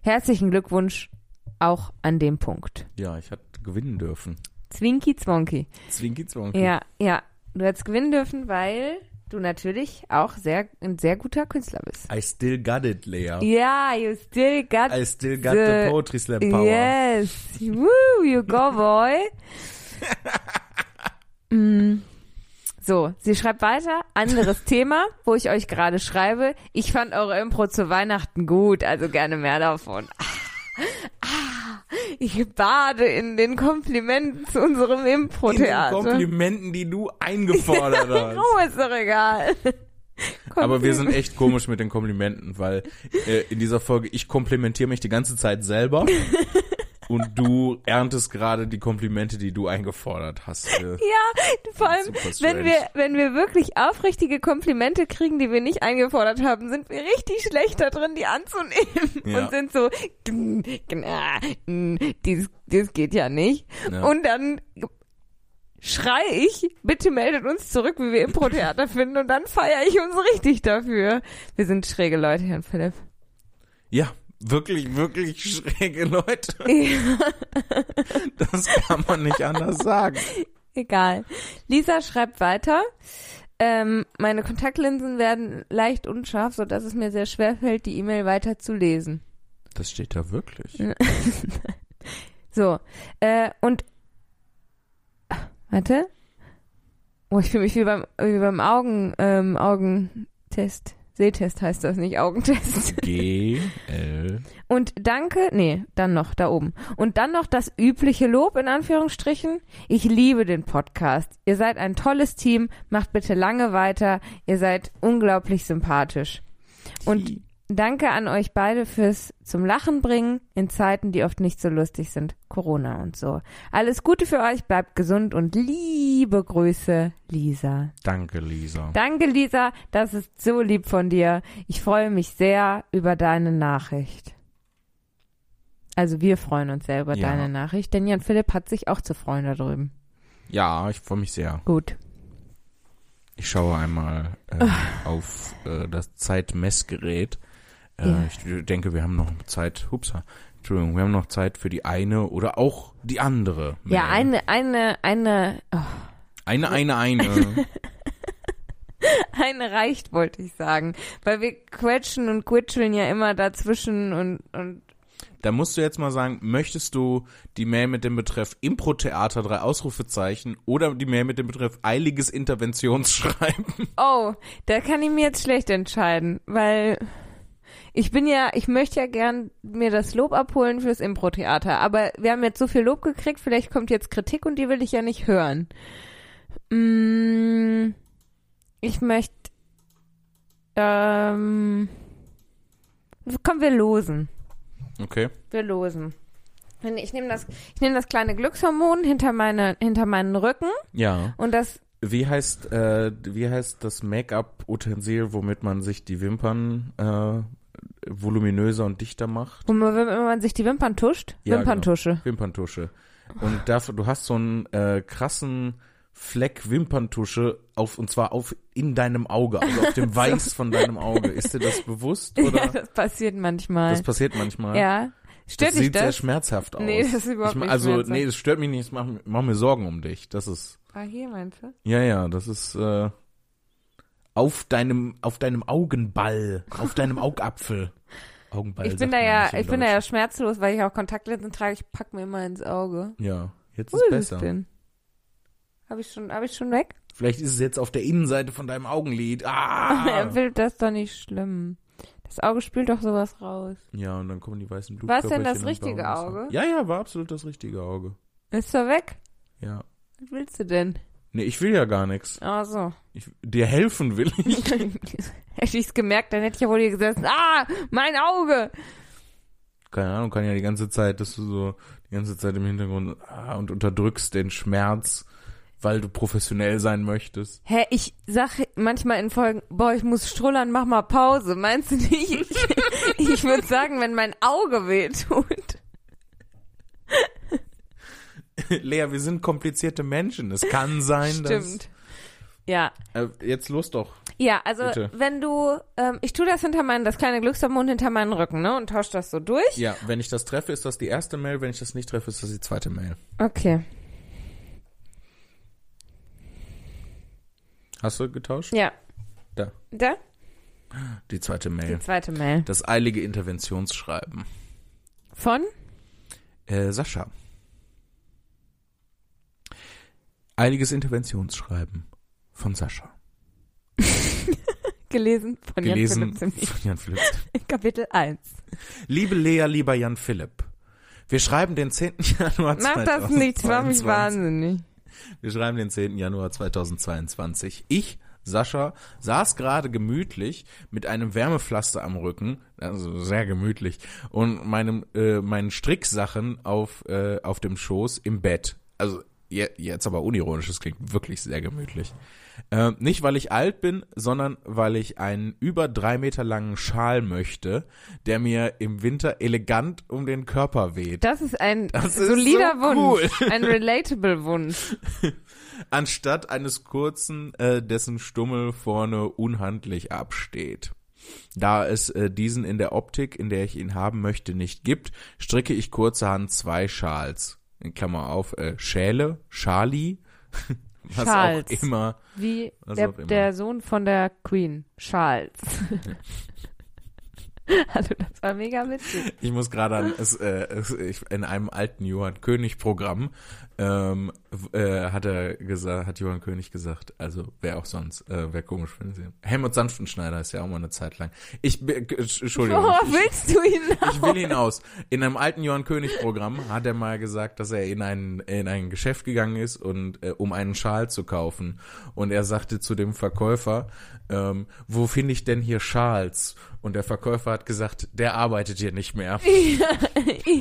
B: Herzlichen Glückwunsch auch an dem Punkt.
A: Ja, ich hatte gewinnen dürfen.
B: Zwinki Zwonki.
A: Zwinki Zwonki.
B: Ja, ja. Du hättest gewinnen dürfen, weil du natürlich auch sehr ein sehr guter Künstler bist.
A: I still got it, Lea.
B: Ja, you still got
A: I still got
B: The-
A: the Poetry Slam Power.
B: Yes. Woo, you go,
A: *laughs*
B: boy. mm. So, sie schreibt weiter. Anderes Thema, wo ich euch gerade schreibe. Ich fand eure Impro zu Weihnachten gut, also gerne mehr davon. Ah, ah, ich bade in den Komplimenten zu unserem
A: In den
B: Impro-Theater.
A: Komplimenten, die du
B: *laughs*
A: eingefordert hast.
B: Oh, ist doch egal.
A: Aber wir
B: Kompliment-
A: sind echt komisch mit den Komplimenten, weil äh, in dieser Folge, ich komplimentiere mich die ganze Zeit selber und du erntest gerade die Komplimente, die du eingefordert hast. Äh,
B: Ja, vor allem,
A: Super strange.
B: wenn wir, wenn wir wirklich aufrichtige Komplimente kriegen, die wir nicht eingefordert haben, sind wir richtig schlecht da drin, die anzunehmen
A: Ja.
B: und sind so, "Gn, gn, ah, n, dies, dies geht ja nicht.
A: Ja.
B: Und dann schrei ich, bitte meldet uns zurück, wie wir Impro-Theater finden und dann feiere ich uns richtig dafür. Wir sind schräge Leute, Herrn Philipp.
A: *laughs* Ja, wirklich, wirklich schräge Leute. Das kann man nicht anders sagen.
B: Egal. Lisa schreibt weiter. Ähm, meine Kontaktlinsen werden leicht unscharf, sodass es mir sehr schwer fällt, die E-Mail weiter zu lesen.
A: Das steht da wirklich.
B: So. Äh, und Ah, warte. Oh, ich fühle mich wie beim, wie beim Augen, ähm, Augentest. Sehtest heißt das nicht, Augentest.
A: G, L.
B: Und danke, nee, dann noch da oben. Und dann noch das übliche Lob in Anführungsstrichen. Ich liebe den Podcast. Ihr seid ein tolles Team. Macht bitte lange weiter. Ihr seid unglaublich sympathisch. Und danke an euch beide fürs zum Lachen bringen in Zeiten, die oft nicht so lustig sind. Corona und so. Alles Gute für euch. Bleibt gesund und liebe Grüße, Lisa.
A: Danke, Lisa.
B: Danke, Lisa. Das ist so lieb von dir. Ich freue mich sehr über deine Nachricht. Also wir freuen uns sehr über
A: Ja.
B: deine Nachricht, denn Jan Philipp hat sich auch zu freuen da drüben.
A: Ja, ich freue mich sehr.
B: Gut.
A: Ich schaue einmal äh, auf äh, das Zeitmessgerät. Äh,
B: Ja.
A: Ich denke, wir haben noch Zeit. Hupsa. Entschuldigung, wir haben noch Zeit für die eine oder auch die andere.
B: Ja,
A: Mail.
B: eine, eine, eine, oh,
A: Eine, eine,
B: *laughs*
A: eine.
B: eine reicht, wollte ich sagen. Weil wir quetschen und quitscheln ja immer dazwischen und, und
A: da musst du jetzt mal sagen, möchtest du die Mail mit dem Betreff Impro-Theater, drei Ausrufezeichen oder die Mail mit dem Betreff eiliges Interventionsschreiben? *laughs*
B: oh, da kann ich mir jetzt schlecht entscheiden, weil ich bin ja, ich möchte ja gern mir das Lob abholen fürs Impro-Theater, aber wir haben jetzt so viel Lob gekriegt, vielleicht kommt jetzt Kritik und die will ich ja nicht hören. Mm, ich möchte, ähm, komm, wir losen.
A: Okay.
B: Wir losen. Wenn Ich nehme das, ich nehme das kleine Glückshormon hinter meine, hinter meinen Rücken
A: Ja.
B: und das
A: Wie heißt, äh, wie heißt das Make-up-Utensil, womit man sich die Wimpern äh, voluminöser und dichter macht?
B: Wo man, wenn man sich die Wimpern tuscht?
A: Ja,
B: Wimperntusche.
A: Wimperntusche. Und dafür, du hast so einen äh, krassen Fleck Wimperntusche auf und zwar auf in deinem Auge, also
B: *laughs*
A: auf dem Weiß von deinem Auge. Ist dir das bewusst oder
B: Ja, das passiert manchmal.
A: das passiert manchmal?
B: ja. Stört
A: das
B: dich
A: sieht sehr
B: das?
A: schmerzhaft aus.
B: Nee, das ist überhaupt
A: ich, ma-
B: nicht
A: Also,
B: schmerzhaft.
A: nee, das stört mich nicht, es macht, macht mir Sorgen um dich. Das ist,
B: Ah, hier meinst du?
A: ja, ja, das ist, äh, auf deinem, auf deinem Augenball, auf deinem Augapfel. Augenball.
B: Ich bin
A: sagt
B: da
A: man
B: ja,
A: nicht im
B: ich bin da ja schmerzlos, weil ich auch Kontaktlinsen trage. Ich pack mir immer ins Auge.
A: Deutschen. Ja, jetzt
B: Wo
A: ist
B: ist es
A: besser.
B: denn? Habe ich schon, habe ich schon weg?
A: Vielleicht ist es jetzt auf der Innenseite von deinem Augenlid. Ah!
B: *laughs* Er will das doch nicht schlimm. Das Auge spült doch sowas raus.
A: ja, und dann kommen die weißen
B: War es
A: Blutkörperchen.
B: denn das
A: im
B: richtige
A: Augenwasser.
B: Auge?
A: Ja, ja, war absolut das richtige Auge.
B: Ist doch weg?
A: Ja.
B: Was willst du denn?
A: Nee, ich will ja gar nichts.
B: Ah, so. *laughs*
A: Ich, dir helfen will ich. *laughs*
B: hätte ich's gemerkt, dann hätte ich ja wohl hier gesessen. Ah, mein Auge!
A: keine Ahnung, kann ja die ganze Zeit, dass du so die ganze Zeit im Hintergrund ah, und unterdrückst den Schmerz, weil du professionell sein möchtest. *laughs*
B: Hä, ich sag manchmal in Folgen, boah, ich muss strullern, mach mal Pause. Meinst du nicht? Ich, ich würde sagen, wenn mein Auge weh tut.
A: Lea, wir sind komplizierte Menschen. Es kann sein,
B: Stimmt. Ja.
A: dass. Äh, jetzt los doch.
B: Ja, also
A: Bitte.
B: wenn du, ähm, ich tu das hinter meinen, das kleine Glückshormon hinter meinen Rücken, ne? Und tausche das so durch.
A: Ja, wenn ich das treffe, ist das die erste Mail. Wenn ich das nicht treffe, ist das die zweite Mail.
B: Okay.
A: Hast du getauscht?
B: Ja.
A: Da.
B: Da?
A: Die zweite
B: Die
A: Mail.
B: zweite Mail.
A: Das eilige Interventionsschreiben.
B: Von?
A: Äh, Sascha. Eiliges Interventionsschreiben von Sascha.
B: Gelesen von
A: Gelesen
B: Jan Philipp
A: von Jan Philipp
B: *laughs* Kapitel 1.
A: Liebe Lea, lieber Jan Philipp, wir schreiben den 10. *laughs* Januar
B: Mach das nicht, das macht mich
A: 2022.
B: wahnsinnig.
A: Wir schreiben den 10. Januar 2022. Ich, Sascha, saß gerade gemütlich mit einem Wärmepflaster am Rücken, also sehr gemütlich, und meinem äh, meinen Stricksachen auf äh, auf dem Schoß im Bett. Also je, jetzt aber unironisch, das klingt wirklich sehr gemütlich. Ähm, nicht, weil ich alt bin, sondern weil ich einen über drei Meter langen Schal möchte, der mir im Winter elegant um den Körper weht.
B: Das ist ein
A: Das ist
B: solider
A: so
B: Wunsch. Ein relatable Wunsch.
A: anstatt eines kurzen, äh, dessen Stummel vorne unhandlich absteht. Da es äh, diesen in der Optik, in der ich ihn haben möchte, nicht gibt, stricke ich kurzerhand zwei Schals. In Klammer auf, äh, Schäle, Schali, *laughs* was
B: Schals.
A: auch immer.
B: Wie
A: Was
B: der,
A: auch immer.
B: der Sohn von der Queen, Charles. *laughs* also das war mega witzig.
A: Ich muss gerade an, es, äh, es, ich, in einem alten Johann König Programm ähm, w- äh, hat er gesagt, hat Johann König gesagt, also wer auch sonst, äh, wäre komisch, wenn sie. Helmut Sanftenschneider ist ja auch mal eine Zeit lang. Ich bin- äh, Entsch- Entschuldigung.
B: Worauf Oh, willst du ihn
A: Ich will ihn aus. In einem alten Johann König Programm hat er mal gesagt, dass er in ein, in ein Geschäft gegangen ist und äh, um einen Schal zu kaufen. Und er sagte zu dem Verkäufer, ähm, wo finde ich denn hier Schals? Und der Verkäufer hat gesagt, der arbeitet hier nicht mehr.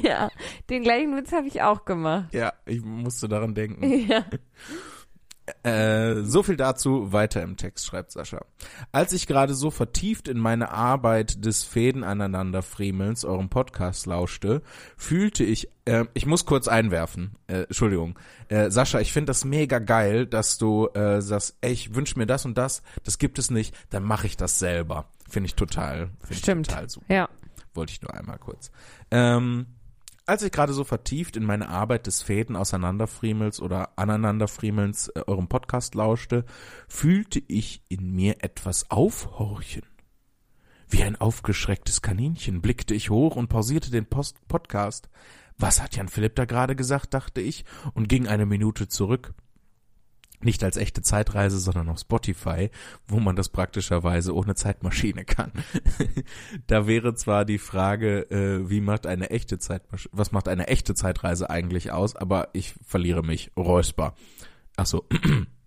B: Ja, den gleichen Witz habe ich auch gemacht.
A: Ja, ich musste daran denken.
B: *laughs* Ja.
A: Äh, so viel dazu, weiter im Text, schreibt Sascha. Als ich gerade so vertieft in meine Arbeit des Fäden aneinander Friemelns eurem Podcast lauschte, fühlte ich, äh, ich muss kurz einwerfen, äh, Entschuldigung, äh, Sascha, ich finde das mega geil, dass du äh, sagst, ey, ich wünsche mir das und das, das gibt es nicht, dann mache ich das selber. Finde ich total, finde ich
B: Stimmt.
A: total super.
B: Ja.
A: Wollte ich nur einmal kurz. Ähm, als ich gerade so vertieft in meine Arbeit des Fäden auseinanderfriemels oder aneinanderfriemelns äh, eurem Podcast lauschte, fühlte ich in mir etwas aufhorchen. Wie ein aufgeschrecktes Kaninchen blickte ich hoch und pausierte den Post Podcast. Was hat Jan Philipp da gerade gesagt, dachte ich und ging eine Minute zurück. Nicht als echte Zeitreise, sondern auf Spotify, wo man das praktischerweise ohne Zeitmaschine kann. da wäre zwar die Frage, äh, wie macht eine echte Zeitmaschine, was macht eine echte Zeitreise eigentlich aus, aber ich verliere mich räusper. Ach so. *clears throat*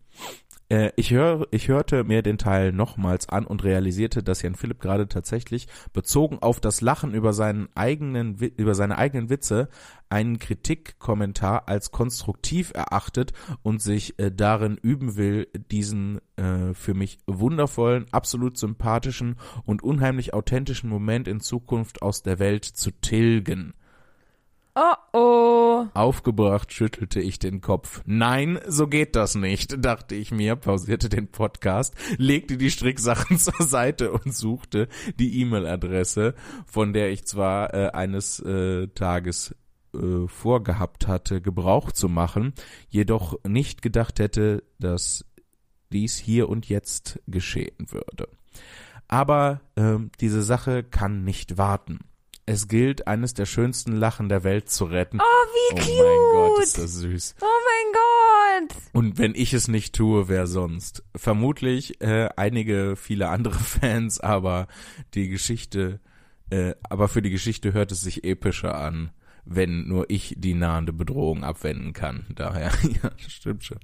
A: Äh, Ich, hör, ich hörte mir den Teil nochmals an und realisierte, dass Jan Philipp gerade tatsächlich bezogen auf das Lachen über, seinen eigenen, Wi- über seine eigenen Witze einen Kritikkommentar als konstruktiv erachtet und sich äh, darin üben will, diesen äh, für mich wundervollen, absolut sympathischen und unheimlich authentischen Moment in Zukunft aus der Welt zu tilgen.
B: Oh oh. Oh.
A: Aufgebracht schüttelte ich den Kopf. Nein, so geht das nicht, dachte ich mir, pausierte den Podcast, legte die Stricksachen *laughs* zur Seite und suchte die E-Mail-Adresse, von der ich zwar äh, eines äh, Tages äh, vorgehabt hatte, Gebrauch zu machen, jedoch nicht gedacht hätte, dass dies hier und jetzt geschehen würde. Aber ähm, diese Sache kann nicht warten. Es gilt, eines der schönsten Lachen der Welt zu retten.
B: Oh, wie
A: oh
B: cute.
A: mein Gott, ist das süß.
B: Oh mein Gott.
A: Und wenn ich es nicht tue, wer sonst? Vermutlich äh, einige, viele andere *laughs* Fans, aber die Geschichte, äh, aber für die Geschichte hört es sich epischer an, wenn nur ich die nahende Bedrohung abwenden kann. Daher, *laughs* ja, stimmt schon.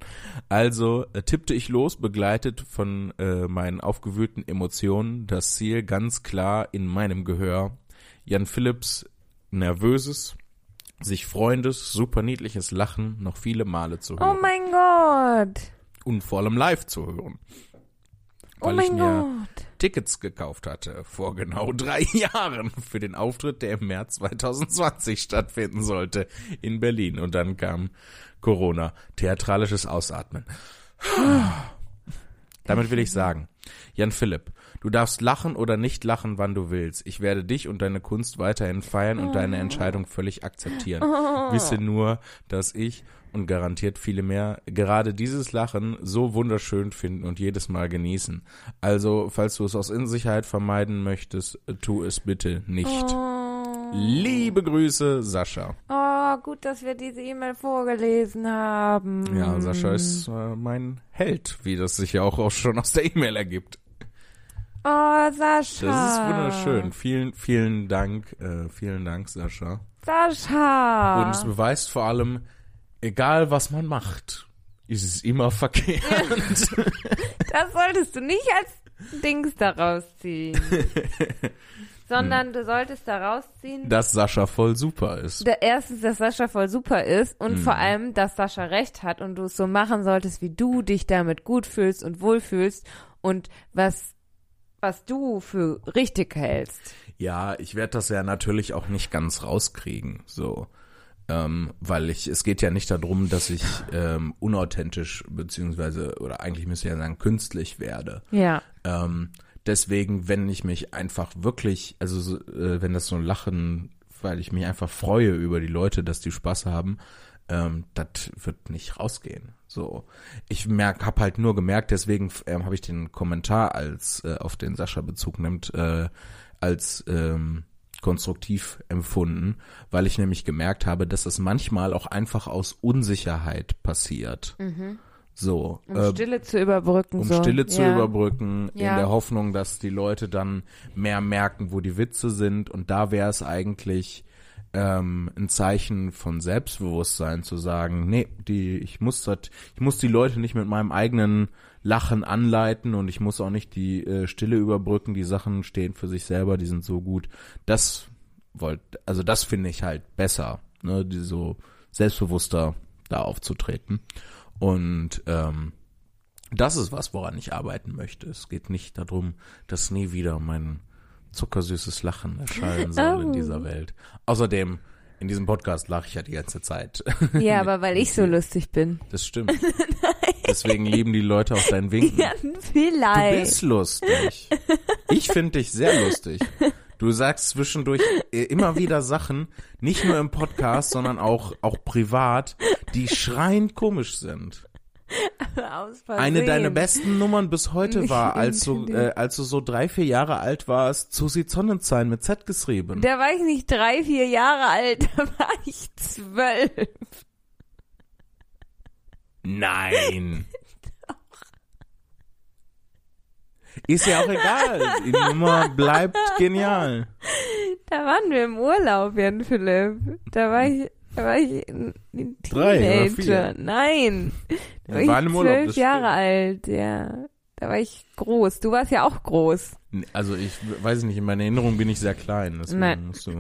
A: Also äh, tippte ich los, begleitet von äh, meinen aufgewühlten Emotionen, das Ziel ganz klar in meinem Gehör. Jan Philipps nervöses, sich freundes, super niedliches Lachen noch viele Male zu hören
B: Oh mein Gott.
A: und vor allem live zu hören.
B: Oh
A: Weil ich
B: mein
A: mir
B: Gott.
A: Tickets gekauft hatte vor genau *laughs* drei Jahren für den Auftritt, der im März 2020 stattfinden sollte in Berlin. Und dann kam Corona, theatralisches Ausatmen. Damit will ich sagen, Jan Philipp, du darfst lachen oder nicht lachen, wann du willst. Ich werde dich und deine Kunst weiterhin feiern und deine Entscheidung völlig akzeptieren. Wisse nur, dass ich und garantiert viele mehr gerade dieses Lachen so wunderschön finden und jedes Mal genießen. Also, falls du es aus Unsicherheit vermeiden möchtest, tu es bitte nicht.
B: Oh.
A: Liebe Grüße, Sascha.
B: oh, gut, dass wir diese E-Mail vorgelesen haben.
A: Ja, Sascha ist äh, mein Held, wie das sich ja auch, auch schon aus der E-Mail ergibt.
B: Oh, Sascha.
A: Das ist wunderschön. Vielen, vielen Dank, äh, vielen Dank, Sascha.
B: Sascha.
A: Und es beweist vor allem, egal was man macht, ist es immer verkehrt.
B: Das solltest du nicht als Dings daraus
A: *laughs*
B: ziehen. Sondern
A: Hm.
B: du solltest daraus
A: *laughs*
B: ziehen,
A: dass Sascha voll super ist.
B: da erstens, dass Sascha voll super ist
A: Hm.
B: und vor allem, dass Sascha recht hat und du es so machen solltest, wie du dich damit gut fühlst und wohlfühlst und was, was du für richtig hältst.
A: Ja, ich werde das ja natürlich auch nicht ganz rauskriegen, so. Ähm, weil ich, es geht ja nicht darum, dass ich ähm, unauthentisch, beziehungsweise, oder eigentlich müsste ich ja sagen, künstlich werde.
B: Ja.
A: Ähm, deswegen, wenn ich mich einfach wirklich, also so, äh, wenn das so ein Lachen, weil ich mich einfach freue über die Leute, dass die Spaß haben, ähm, das wird nicht rausgehen. So, ich merk, hab halt nur gemerkt, deswegen ähm, habe ich den Kommentar als äh, auf den Sascha Bezug nimmt äh, als ähm, konstruktiv empfunden, weil ich nämlich gemerkt habe, dass das manchmal auch einfach aus Unsicherheit passiert. So,
B: Um
A: ähm,
B: Stille zu überbrücken.
A: um
B: so.
A: Stille zu
B: ja.
A: überbrücken,
B: Ja.
A: in der Hoffnung, dass die Leute dann mehr merken, wo die Witze sind. Und da wäre es eigentlich ähm, ein Zeichen von Selbstbewusstsein zu sagen, nee, die, ich muss das, ich muss die Leute nicht mit meinem eigenen Lachen anleiten und ich muss auch nicht die äh, Stille überbrücken. Die Sachen stehen für sich selber, die sind so gut. Das wollt, also das finde ich halt besser, ne, die so selbstbewusster da aufzutreten. Und ähm, das ist was, woran ich arbeiten möchte. Es geht nicht darum, dass nie wieder mein zuckersüßes Lachen erscheinen soll in
B: Oh.
A: dieser Welt. Außerdem, in diesem Podcast lache ich ja die ganze Zeit. *laughs*
B: Ja, aber weil ich so lustig bin. *laughs*
A: Das stimmt. Deswegen lieben die Leute auch dein Winken.
B: Ja,
A: Du
B: vielleicht.
A: bist lustig. Ich finde dich sehr lustig. Du sagst zwischendurch äh, immer wieder Sachen, nicht nur im Podcast, sondern auch, auch privat, die schreiend komisch sind.
B: Aus Versehen.
A: Eine deiner besten Nummern bis heute
B: *laughs*
A: war, als du, äh,
B: Entschuldigung. als
A: als du so drei, vier Jahre alt warst, Susi Sonnenschein mit Z geschrieben.
B: Da war ich nicht drei, vier Jahre alt, *laughs* da war ich zwölf. *laughs*
A: Nein. Ist ja auch egal. Die Nummer bleibt genial.
B: Da waren wir im Urlaub, Jan Philipp. Da war ich, da war ich ein ein
A: Drei oder
B: Teenager. Nein. Da war
A: Wir
B: ich
A: waren im Urlaub,
B: zwölf
A: das
B: Jahre alt, ja. Da war ich groß. Du warst ja auch groß.
A: Also ich weiß nicht, in meiner Erinnerung bin ich sehr klein. Deswegen
B: Nein.
A: Musst du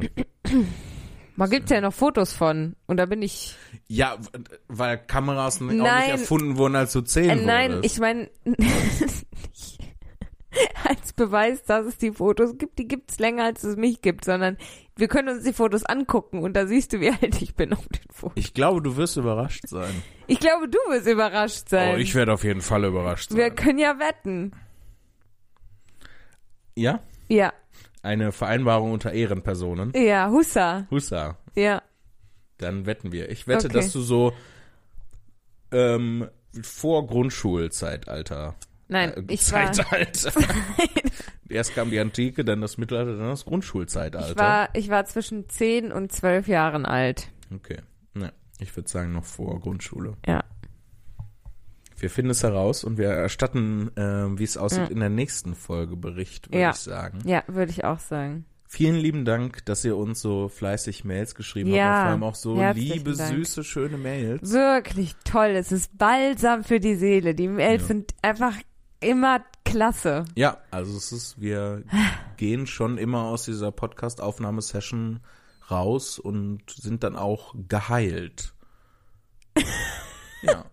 B: Mal gibt's ja noch Fotos von. Und da bin ich.
A: ja, w- weil Kameras n- auch
B: Nein.
A: nicht erfunden wurden, als du zehn
B: Äh, nein,
A: wurdest.
B: ich meine. *laughs* als Beweis, dass es die Fotos gibt. Die gibt's länger, als es mich gibt, sondern wir können uns die Fotos angucken und da siehst du, wie alt ich bin auf den Fotos.
A: Ich glaube, du wirst überrascht sein.
B: Ich glaube, du wirst überrascht sein.
A: Oh, ich werde auf jeden Fall überrascht
B: wir
A: sein.
B: können ja wetten.
A: Ja?
B: Ja,
A: Eine Vereinbarung unter Ehrenpersonen.
B: ja, Hussa,
A: Hussa,
B: ja.
A: dann wetten wir. Ich wette,
B: Okay.
A: dass du so ähm, vor Grundschulzeitalter.
B: Nein,
A: äh,
B: ich war, *laughs*
A: Zeitalter. Erst kam die Antike, dann das Mittelalter, dann das Grundschulzeitalter.
B: ich war, ich war zwischen 10 und 12 Jahren alt.
A: okay. Ja, ich würde sagen, noch vor Grundschule.
B: Ja.
A: Wir finden es heraus und wir erstatten, ähm, wie es aussieht, in der nächsten Folge Bericht, würde
B: Ja.
A: ich sagen.
B: Ja, würde ich auch sagen.
A: Vielen lieben Dank, dass ihr uns so fleißig Mails geschrieben
B: Ja,
A: habt. Und vor allem auch so
B: herzlichen
A: liebe,
B: Dank.
A: süße, schöne Mails.
B: Wirklich toll. Es ist balsam für die Seele. Die Mails
A: Ja.
B: sind einfach immer klasse.
A: Ja, also es ist,
B: *sighs*
A: wir gehen schon immer aus dieser Podcast-Aufnahmesession raus und sind dann auch
B: *laughs*
A: geheilt. ja.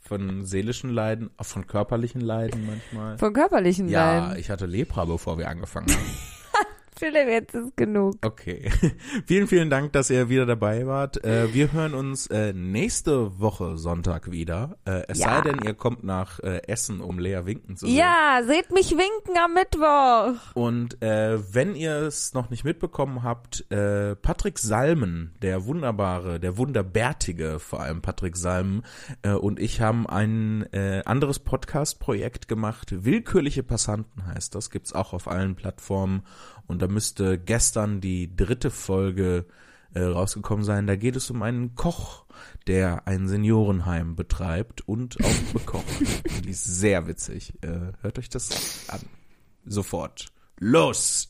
A: Von seelischen Leiden, auch von körperlichen Leiden manchmal.
B: Von körperlichen
A: ja,
B: Leiden.
A: ich hatte Lepra, bevor wir angefangen haben.
B: Philipp, jetzt ist genug.
A: Okay. *laughs* vielen, vielen Dank, dass ihr wieder dabei wart. Äh, wir hören uns äh, nächste Woche Sonntag wieder. Äh, es
B: Ja.
A: sei denn, ihr kommt nach äh, Essen, um Lea winken zu sehen.
B: Ja, seht mich winken am Mittwoch.
A: Und äh, wenn ihr es noch nicht mitbekommen habt, äh, Patrick Salmen, der wunderbare, der wunderbärtige, vor allem Patrick Salmen äh, und ich haben ein äh, anderes Podcast-Projekt gemacht. Willkürliche Passanten heißt das, gibt's auch auf allen Plattformen. Und da müsste gestern die dritte Folge äh, rausgekommen sein. Da geht es um einen Koch, der ein Seniorenheim betreibt und auch bekocht. Die ist sehr witzig. Äh, hört euch das an sofort. Los!